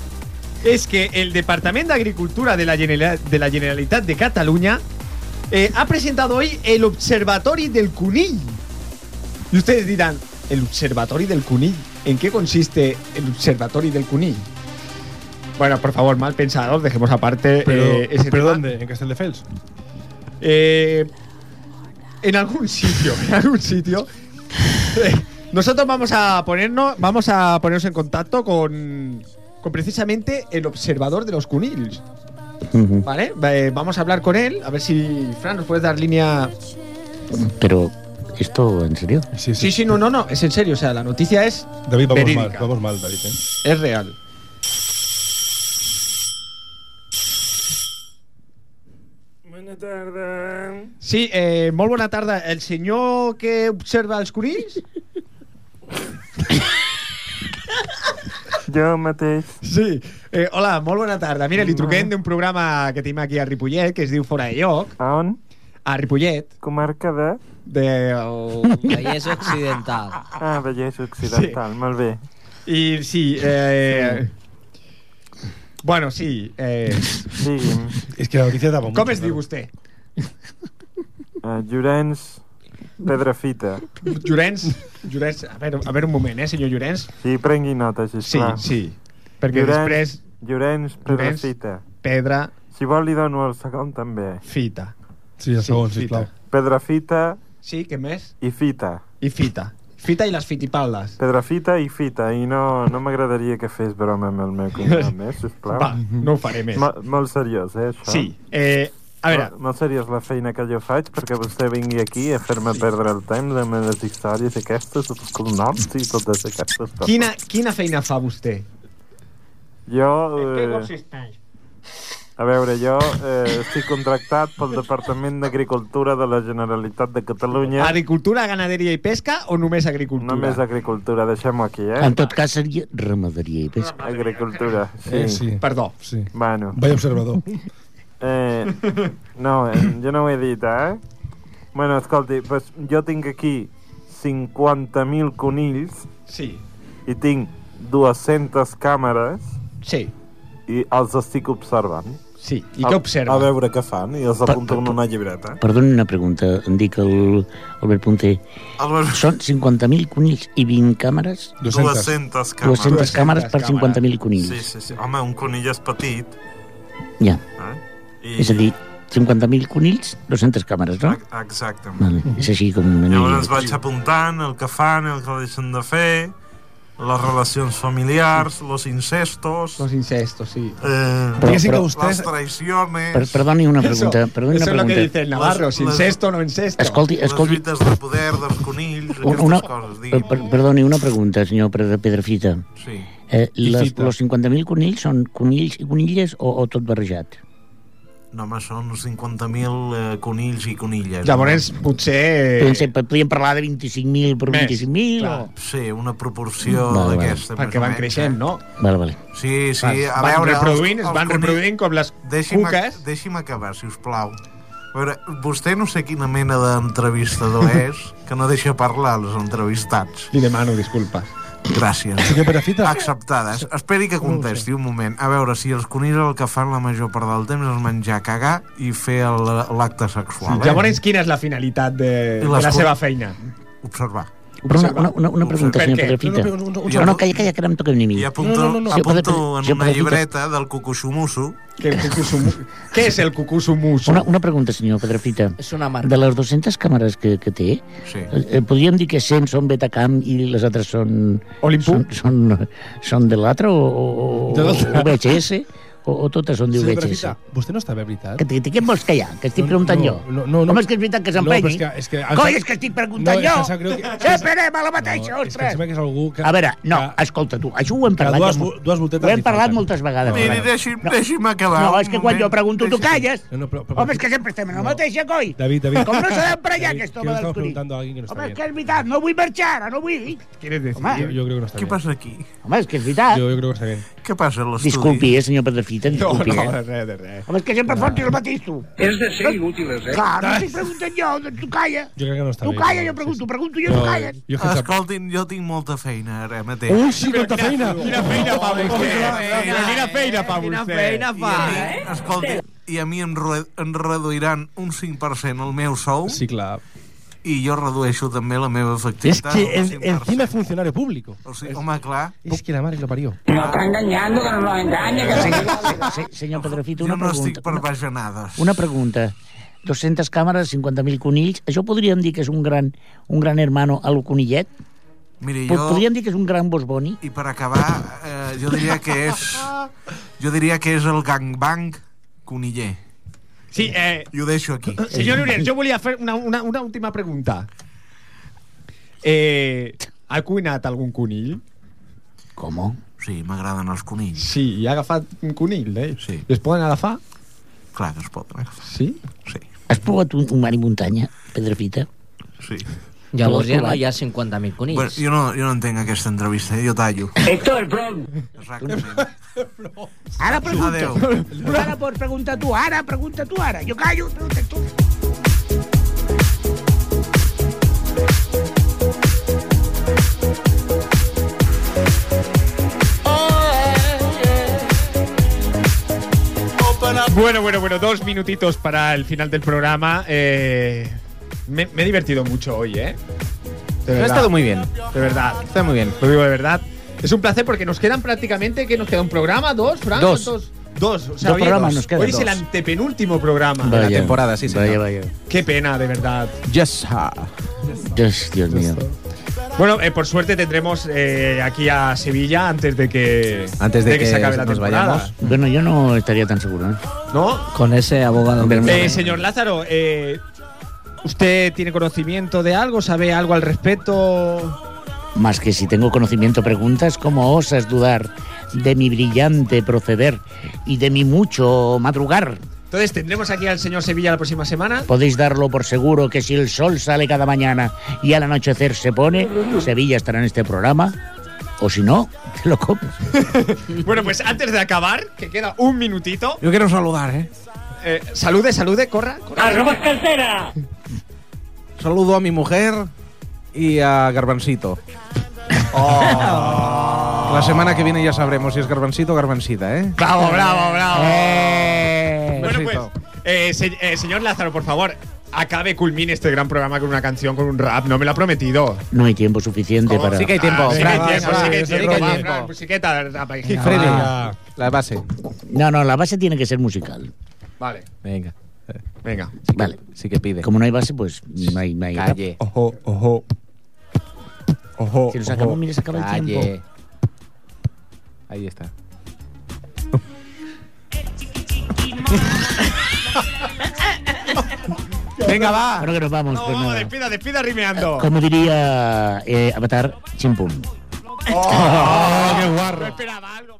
Speaker 1: es que el Departamento de Agricultura de la, General- de la Generalitat de Cataluña eh, ha presentado hoy el Observatorio del Cunill. Y ustedes dirán, ¿el Observatorio del Cunill? ¿En qué consiste el Observatorio del Cunill? Bueno, por favor, mal pensados, dejemos aparte eh, ese
Speaker 6: ¿Pero
Speaker 1: tema.
Speaker 6: dónde? ¿En Castelldefels?
Speaker 1: Eh, en algún sitio, en algún sitio. Eh, Nosotros vamos a ponernos, vamos a ponernos en contacto con, con precisamente el observador de los Cunils,
Speaker 3: Ujú.
Speaker 1: ¿vale? Eh, vamos a hablar con él, a ver si Fran nos puedes dar línea.
Speaker 3: Pero, ¿esto en serio?
Speaker 1: Sí, sí, no, no, no, es en serio, o sea, la noticia es
Speaker 6: David, vamos
Speaker 1: Verídica.
Speaker 6: mal, vamos mal, David. ¿eh?
Speaker 1: es real.
Speaker 8: Buenas tardes.
Speaker 1: Sí, eh, molt bona tarda. El senyor que observa els conills?
Speaker 8: Jo mateix.
Speaker 1: Sí. Eh, hola, molt bona tarda. Mira, li truquem d'un programa que tenim aquí a Ripollet, que es diu Fora de Lloc,
Speaker 8: A on?
Speaker 1: a Ripollet,
Speaker 8: Comarca de...
Speaker 1: del...
Speaker 2: Vallès Occidental.
Speaker 8: Ah, Vallès Occidental, sí. molt bé.
Speaker 1: I sí, eh... Bueno, sí. Eh...
Speaker 8: Digui'm,
Speaker 6: Es que la noticia daba mucho.
Speaker 1: Com es
Speaker 6: claro.
Speaker 1: diu vostè?
Speaker 8: uh, Llorenç Pedrafita.
Speaker 1: Llorenç? Llorenç, a veure, a veure un moment, eh, senyor Llorenç?
Speaker 8: Sí, prengui nota,
Speaker 1: Sí,
Speaker 8: sisplau.
Speaker 1: sí. Perquè després,
Speaker 8: Llorenç Pedrafita.
Speaker 1: pedra,
Speaker 8: Si vol li dono el segon també.
Speaker 1: fita.
Speaker 6: Sí, el
Speaker 1: Sí,
Speaker 6: segon,
Speaker 1: sí,
Speaker 6: sisplau.
Speaker 8: Pedrafita
Speaker 1: Sí, què més?
Speaker 8: i fita.
Speaker 1: I fita. Fita i les fitipaldes.
Speaker 8: Pedrafita i fita. I no, no m'agradaria que fes broma amb el meu cognom, eh, sisplau.
Speaker 1: Va, no ho faré més.
Speaker 8: Mol, molt seriós, eh, això?
Speaker 1: Sí, eh, a veure,
Speaker 8: Molt, molt seriós la feina que jo faig perquè vostè vingui aquí a fer-me perdre el temps amb les històries aquestes, els cognoms i totes aquestes coses.
Speaker 1: quina, quina feina fa vostè?
Speaker 8: Jo... Eh, a veure, jo eh, estic contractat pel Departament d'Agricultura de la Generalitat de Catalunya.
Speaker 1: Agricultura, ganaderia i pesca o només agricultura?
Speaker 8: Només agricultura, deixem-ho aquí, eh?
Speaker 3: En tot cas seria ramaderia i pesca.
Speaker 8: Agricultura, sí.
Speaker 6: Eh, sí.
Speaker 1: Perdó.
Speaker 6: Sí.
Speaker 8: Bueno,
Speaker 6: Vaya observador.
Speaker 8: eh, no, eh, jo no ho he dit, eh? Bueno, escolti, pues, jo tinc aquí 50.000 conills
Speaker 1: Sí,
Speaker 8: i tinc 200 càmeres
Speaker 1: sí,
Speaker 8: i els estic observant.
Speaker 1: sí. I què observa?
Speaker 8: A veure què fan i els
Speaker 3: Pa-
Speaker 8: apunto en
Speaker 3: pa-
Speaker 8: una llibreta.
Speaker 3: Perdoni una pregunta, em dic el Albert Punté.
Speaker 8: Albert,
Speaker 3: Són 50.000 conills i 20 càmeres?
Speaker 6: 200.
Speaker 8: 200 càmeres.
Speaker 3: 200 càmeres per
Speaker 1: càmeres.
Speaker 3: 50.000 conills.
Speaker 8: Sí, sí, sí. Home, un conill és petit.
Speaker 3: Ja,
Speaker 8: Eh? I...
Speaker 3: és a dir, 50.000 conills, 200 càmeres, no?
Speaker 8: Ac- Exactament.
Speaker 3: Vale, és així com...
Speaker 8: Llavors vaig apuntant el que fan, el que deixen de fer, les relacions familiars, los incestos,
Speaker 1: Los incestos, sí.
Speaker 8: eh,
Speaker 3: Però-
Speaker 6: Diguéssim que
Speaker 3: però-
Speaker 8: les
Speaker 6: vostès...
Speaker 8: traiciones,
Speaker 3: Per, perdoni una pregunta,
Speaker 1: eso
Speaker 3: perdoni
Speaker 1: eso
Speaker 3: una
Speaker 1: es lo que
Speaker 3: pregunta.
Speaker 1: dice el Navarro,
Speaker 8: Las-
Speaker 1: sin
Speaker 8: las-
Speaker 1: sexto no en sexto.
Speaker 3: Escolti,
Speaker 8: les
Speaker 3: escolti,
Speaker 8: lluites de poder dels conills,
Speaker 3: una,
Speaker 8: aquestes coses,
Speaker 3: per,
Speaker 8: digui'm.
Speaker 3: per, perdoni una pregunta, senyor Pedra Pedrafita.
Speaker 8: Sí.
Speaker 3: Eh,
Speaker 6: I
Speaker 3: les,
Speaker 6: fita.
Speaker 3: los 50.000 conills són conills i conilles o, o tot barrejat?
Speaker 8: No, home, són 50.000 eh, conills i conilles.
Speaker 1: Llavors, potser...
Speaker 3: Podem, ser, podríem parlar de 25.000 per
Speaker 1: Eh. Més,
Speaker 3: 25.000 o...
Speaker 1: clar.
Speaker 8: Sí, una proporció
Speaker 3: Vale, vale.
Speaker 8: d'aquesta. més
Speaker 1: perquè
Speaker 8: o
Speaker 1: van
Speaker 8: menys,
Speaker 1: creixent, no?
Speaker 3: Vale, vale.
Speaker 8: eh? Sí, sí,
Speaker 1: Van-
Speaker 8: a
Speaker 1: van
Speaker 8: veure... els-
Speaker 1: reproduint, es
Speaker 8: els
Speaker 1: van
Speaker 8: conills-
Speaker 1: reproduint com les
Speaker 8: Deixi'm,
Speaker 1: cuques.
Speaker 8: deixi'm acabar, si us plau. A veure, vostè no sé quina mena d'entrevistador és que no deixa parlar els entrevistats.
Speaker 1: Li demano disculpes.
Speaker 8: Gràcies.
Speaker 6: Senyor Pedrafita,
Speaker 8: Acceptades. Esperi que contesti un moment. A veure, si els conills el que fan la major part del temps és menjar, cagar i fer el- l'acte sexual. eh?
Speaker 1: Llavors, quina és la finalitat de,
Speaker 8: I
Speaker 1: de
Speaker 8: les
Speaker 1: la
Speaker 8: cu-
Speaker 1: seva feina?
Speaker 8: Observar.
Speaker 3: Però una, una, una, una pregunta,
Speaker 1: Per
Speaker 3: senyor
Speaker 1: què?
Speaker 3: Pedrafita.
Speaker 6: No, no, però un- un- un
Speaker 3: No, no,
Speaker 8: segon.
Speaker 3: calla, calla, que ara em toca a mi.
Speaker 8: I apunto,
Speaker 6: No, no, no, no.
Speaker 8: apunto en
Speaker 3: Jo,
Speaker 8: una
Speaker 3: Pedrito.
Speaker 8: llibreta del cucuxumusso
Speaker 1: Que el cucusumu- Què és el cucusumuso?
Speaker 3: Una, una pregunta, senyor Pedrafita.
Speaker 2: És una
Speaker 3: De
Speaker 2: marca.
Speaker 3: les 200 càmeres que, que té,
Speaker 8: Sí.
Speaker 3: eh, eh, podríem dir que 100 són Betacam i les altres són...
Speaker 1: Olimpo?
Speaker 3: Són, són, són de l'altre o, o,
Speaker 6: De
Speaker 3: o,
Speaker 6: l'altre.
Speaker 3: o VHS? O, o totes són de VHS?
Speaker 6: senyor Pedrafita, vostè no està bé, veritat?
Speaker 3: Que, que, que què vols que hi ha? Que estic
Speaker 6: No,
Speaker 3: preguntant
Speaker 6: no,
Speaker 3: jo.
Speaker 6: no, no, no.
Speaker 3: Home, és que és veritat que
Speaker 6: No, però
Speaker 3: s'empenyi.
Speaker 6: és que... És que
Speaker 3: Coi, és que estic preguntant
Speaker 6: és que
Speaker 3: jo!
Speaker 6: em sap greu que-
Speaker 3: Sempre anem a la
Speaker 6: No, és
Speaker 3: mateixa,
Speaker 6: que em
Speaker 3: ostres!
Speaker 6: sembla que és algú que... Ah,
Speaker 3: A veure, no,
Speaker 6: que-
Speaker 3: escolta tu, això ho hem
Speaker 6: que
Speaker 3: parlat...
Speaker 6: dues,
Speaker 3: ja
Speaker 6: vo-
Speaker 3: molt-
Speaker 6: dues voltetes
Speaker 3: ho
Speaker 6: li
Speaker 3: hem parlat
Speaker 6: falten.
Speaker 3: moltes vegades.
Speaker 6: No,
Speaker 8: Miri,
Speaker 6: no.
Speaker 8: deixi'm, deixi'm acabar.
Speaker 3: No,
Speaker 8: un
Speaker 3: és que quan
Speaker 8: moment.
Speaker 3: jo pregunto tu
Speaker 8: Deixi'm-
Speaker 3: calles.
Speaker 6: No, no, però- però-
Speaker 3: Home, és que sempre estem en la
Speaker 6: No.
Speaker 3: mateixa, coi.
Speaker 6: David, David.
Speaker 3: Com no sabem per allà,
Speaker 6: David,
Speaker 3: aquest
Speaker 6: que
Speaker 3: home
Speaker 6: estamos
Speaker 3: del Curí.
Speaker 6: preguntando a alguien que no está
Speaker 3: Home, és
Speaker 6: bien.
Speaker 3: que és veritat, no vull marxar, ara no vull.
Speaker 1: Quieres decir?
Speaker 3: Home,
Speaker 6: Yo, yo creo que no está
Speaker 8: Què
Speaker 6: bien.
Speaker 8: passa aquí?
Speaker 3: home, és que és veritat.
Speaker 6: Yo, yo creo que está bien.
Speaker 8: Què passa a l'estudi?
Speaker 3: Disculpi, eh, senyor Pedrefita, disculpi,
Speaker 1: no,
Speaker 3: eh?
Speaker 1: de res, de res.
Speaker 3: Home, és que sempre fotis el mateix, tu.
Speaker 9: És de ser inútiles, eh?
Speaker 3: Clar, no estic preguntant jo, doncs tu calla.
Speaker 6: Yo creo que no está
Speaker 3: Tu
Speaker 6: bien.
Speaker 3: calla, jo pregunto, pregunto jo, tu calles.
Speaker 6: Yo es que está-
Speaker 8: Escoltin, jo tinc molta feina ara mateix.
Speaker 6: ¡Uy, sí, cuánta feina!
Speaker 1: feina fa
Speaker 2: Quina feina fa
Speaker 1: Quina
Speaker 2: vostè.
Speaker 1: feina eh?
Speaker 8: I a mi, escolti, i a mi em, re, em reduiran un 5% el meu sou
Speaker 6: Sí, claro.
Speaker 8: i jo redueixo també la meva
Speaker 6: Es
Speaker 8: efectivitat.
Speaker 6: que en-
Speaker 8: un 5%.
Speaker 6: encima es funcionario público.
Speaker 8: O sigui, home, clar,
Speaker 6: Es que la madre que lo parió.
Speaker 9: No está engañando, que no lo engañe, que sí.
Speaker 3: Se- Senyor Pedrefita,
Speaker 8: jo
Speaker 3: una
Speaker 8: no
Speaker 3: pregunta.
Speaker 8: estic per
Speaker 3: Una,
Speaker 8: bajanades.
Speaker 3: una pregunta. 200 càmeres, 50.000 conills, això podríem dir que és un gran, un gran hermano a lo conillet?
Speaker 8: Mira,
Speaker 3: Jo...
Speaker 8: jo...
Speaker 3: Podríem dir que és un gran bosboni?
Speaker 8: I per acabar, eh, jo diria que és... Jo diria que és el gangbang coniller.
Speaker 1: Sí, eh,
Speaker 8: I ho deixo aquí.
Speaker 1: Señor Uriel, yo volia fer una, una, una última pregunta. Eh, ha cuinat algun conill?
Speaker 3: Com?
Speaker 8: Sí, m'agraden els conills.
Speaker 1: Sí, i ha agafat un conill, eh?
Speaker 8: Sí.
Speaker 1: I es poden agafar?
Speaker 8: Clar que es poden agafar.
Speaker 1: Sí.
Speaker 8: Sí,
Speaker 3: Has provat un, un mar i muntanya, Pedrefita?
Speaker 8: sí.
Speaker 2: Llavors ja no hi ha 50.000
Speaker 8: Bueno,
Speaker 2: conills.
Speaker 8: jo, no, jo no entenc aquesta entrevista, eh? jo tallo.
Speaker 9: Esto es broma.
Speaker 8: Exactament.
Speaker 3: Ara
Speaker 8: Adéu.
Speaker 3: Ara pots preguntar tu, ara, pregunta tu ara. Jo callo, pregunta tu.
Speaker 1: Bueno, bueno, bueno, dos minutitos para el final del programa. Eh, me, me he divertido mucho hoy, ¿eh? De
Speaker 5: Pero ha
Speaker 1: verdad,
Speaker 5: estado muy bien.
Speaker 1: de verdad.
Speaker 5: Está muy bien.
Speaker 1: Lo digo de verdad. Es un placer porque nos quedan prácticamente, ¿qué nos queda? ¿Un programa? ¿Dos, Fran?
Speaker 5: Dos.
Speaker 1: ¿Cuántos? Dos. O sea,
Speaker 3: Dos
Speaker 1: oye,
Speaker 3: programas nos quedan,
Speaker 1: Hoy es el
Speaker 3: dos.
Speaker 1: antepenúltimo programa.
Speaker 5: Vale. temporada, sí, señor.
Speaker 3: Vaya, vaya.
Speaker 1: Qué pena, de verdad.
Speaker 5: Yes. ah.
Speaker 3: Dios, Dios mío.
Speaker 1: Bueno, eh, por suerte tendremos eh, aquí a Sevilla antes de que
Speaker 5: Antes de que
Speaker 1: se acabe la
Speaker 5: nos
Speaker 1: temporada.
Speaker 3: Bueno, yo no estaría tan seguro, ¿eh?
Speaker 1: ¿No?
Speaker 2: Con ese abogado.
Speaker 3: Hombre,
Speaker 1: Eh, señor Lázaro, eh, ¿usted tiene conocimiento de algo? ¿Sabe algo al respecto?
Speaker 3: Más que si tengo conocimiento, preguntas cómo osas dudar de mi brillante proceder y de mi mucho madrugar.
Speaker 1: Entonces, ¿tendremos aquí al señor Sevilla la próxima semana?
Speaker 3: Podéis darlo por seguro que si el sol sale cada mañana y al anochecer se pone, Sevilla estará en este programa. O si no, te lo comes.
Speaker 1: Bueno, pues antes de acabar, que queda un minutito,
Speaker 5: Yo quiero saludar, ¿eh?
Speaker 1: eh, salude, salude, corra, corra.
Speaker 9: Arroba cartera.
Speaker 5: Saludo a mi mujer y a Garbancito. La semana que viene ya sabremos si es Garbancito o Garbancita, ¿eh?
Speaker 1: Bravo, bravo, bravo. bueno, pues,
Speaker 5: Besito.
Speaker 1: eh, se- eh, señor Lázaro, por favor, acabe, culmine este gran programa con una canción, con un rap. No me lo ha prometido.
Speaker 3: No hay tiempo suficiente para...
Speaker 5: Oh, Sí que hay tiempo.
Speaker 1: Ah, sí que hay
Speaker 5: Fran,
Speaker 1: tiempo,
Speaker 5: Fran,
Speaker 1: sí que hay
Speaker 5: es el
Speaker 1: tiempo.
Speaker 5: rollo.
Speaker 1: Va, Fran, musiqueta, rap, ahí.
Speaker 5: Freddy,
Speaker 6: Ah.
Speaker 5: la base.
Speaker 3: No, no, la base tiene que ser musical.
Speaker 1: Vale,
Speaker 5: Venga.
Speaker 1: venga.
Speaker 3: Vale.
Speaker 5: Sí que pide.
Speaker 3: Como no hay base, pues no hay... No hay
Speaker 5: Calle.
Speaker 1: Ojo, ojo. Ojo.
Speaker 3: Si nos acabamos, Oh, mira, se acaba el tiempo.
Speaker 5: Calle. Ahí está. Venga, va.
Speaker 3: Bueno, que nos vamos.
Speaker 1: No,
Speaker 3: pues
Speaker 1: vamos,
Speaker 3: nada.
Speaker 1: despida, despida rimeando.
Speaker 3: Como diría eh, Avatar, chimpum.
Speaker 1: Oh, qué Ah, guarro. No esperaba algo.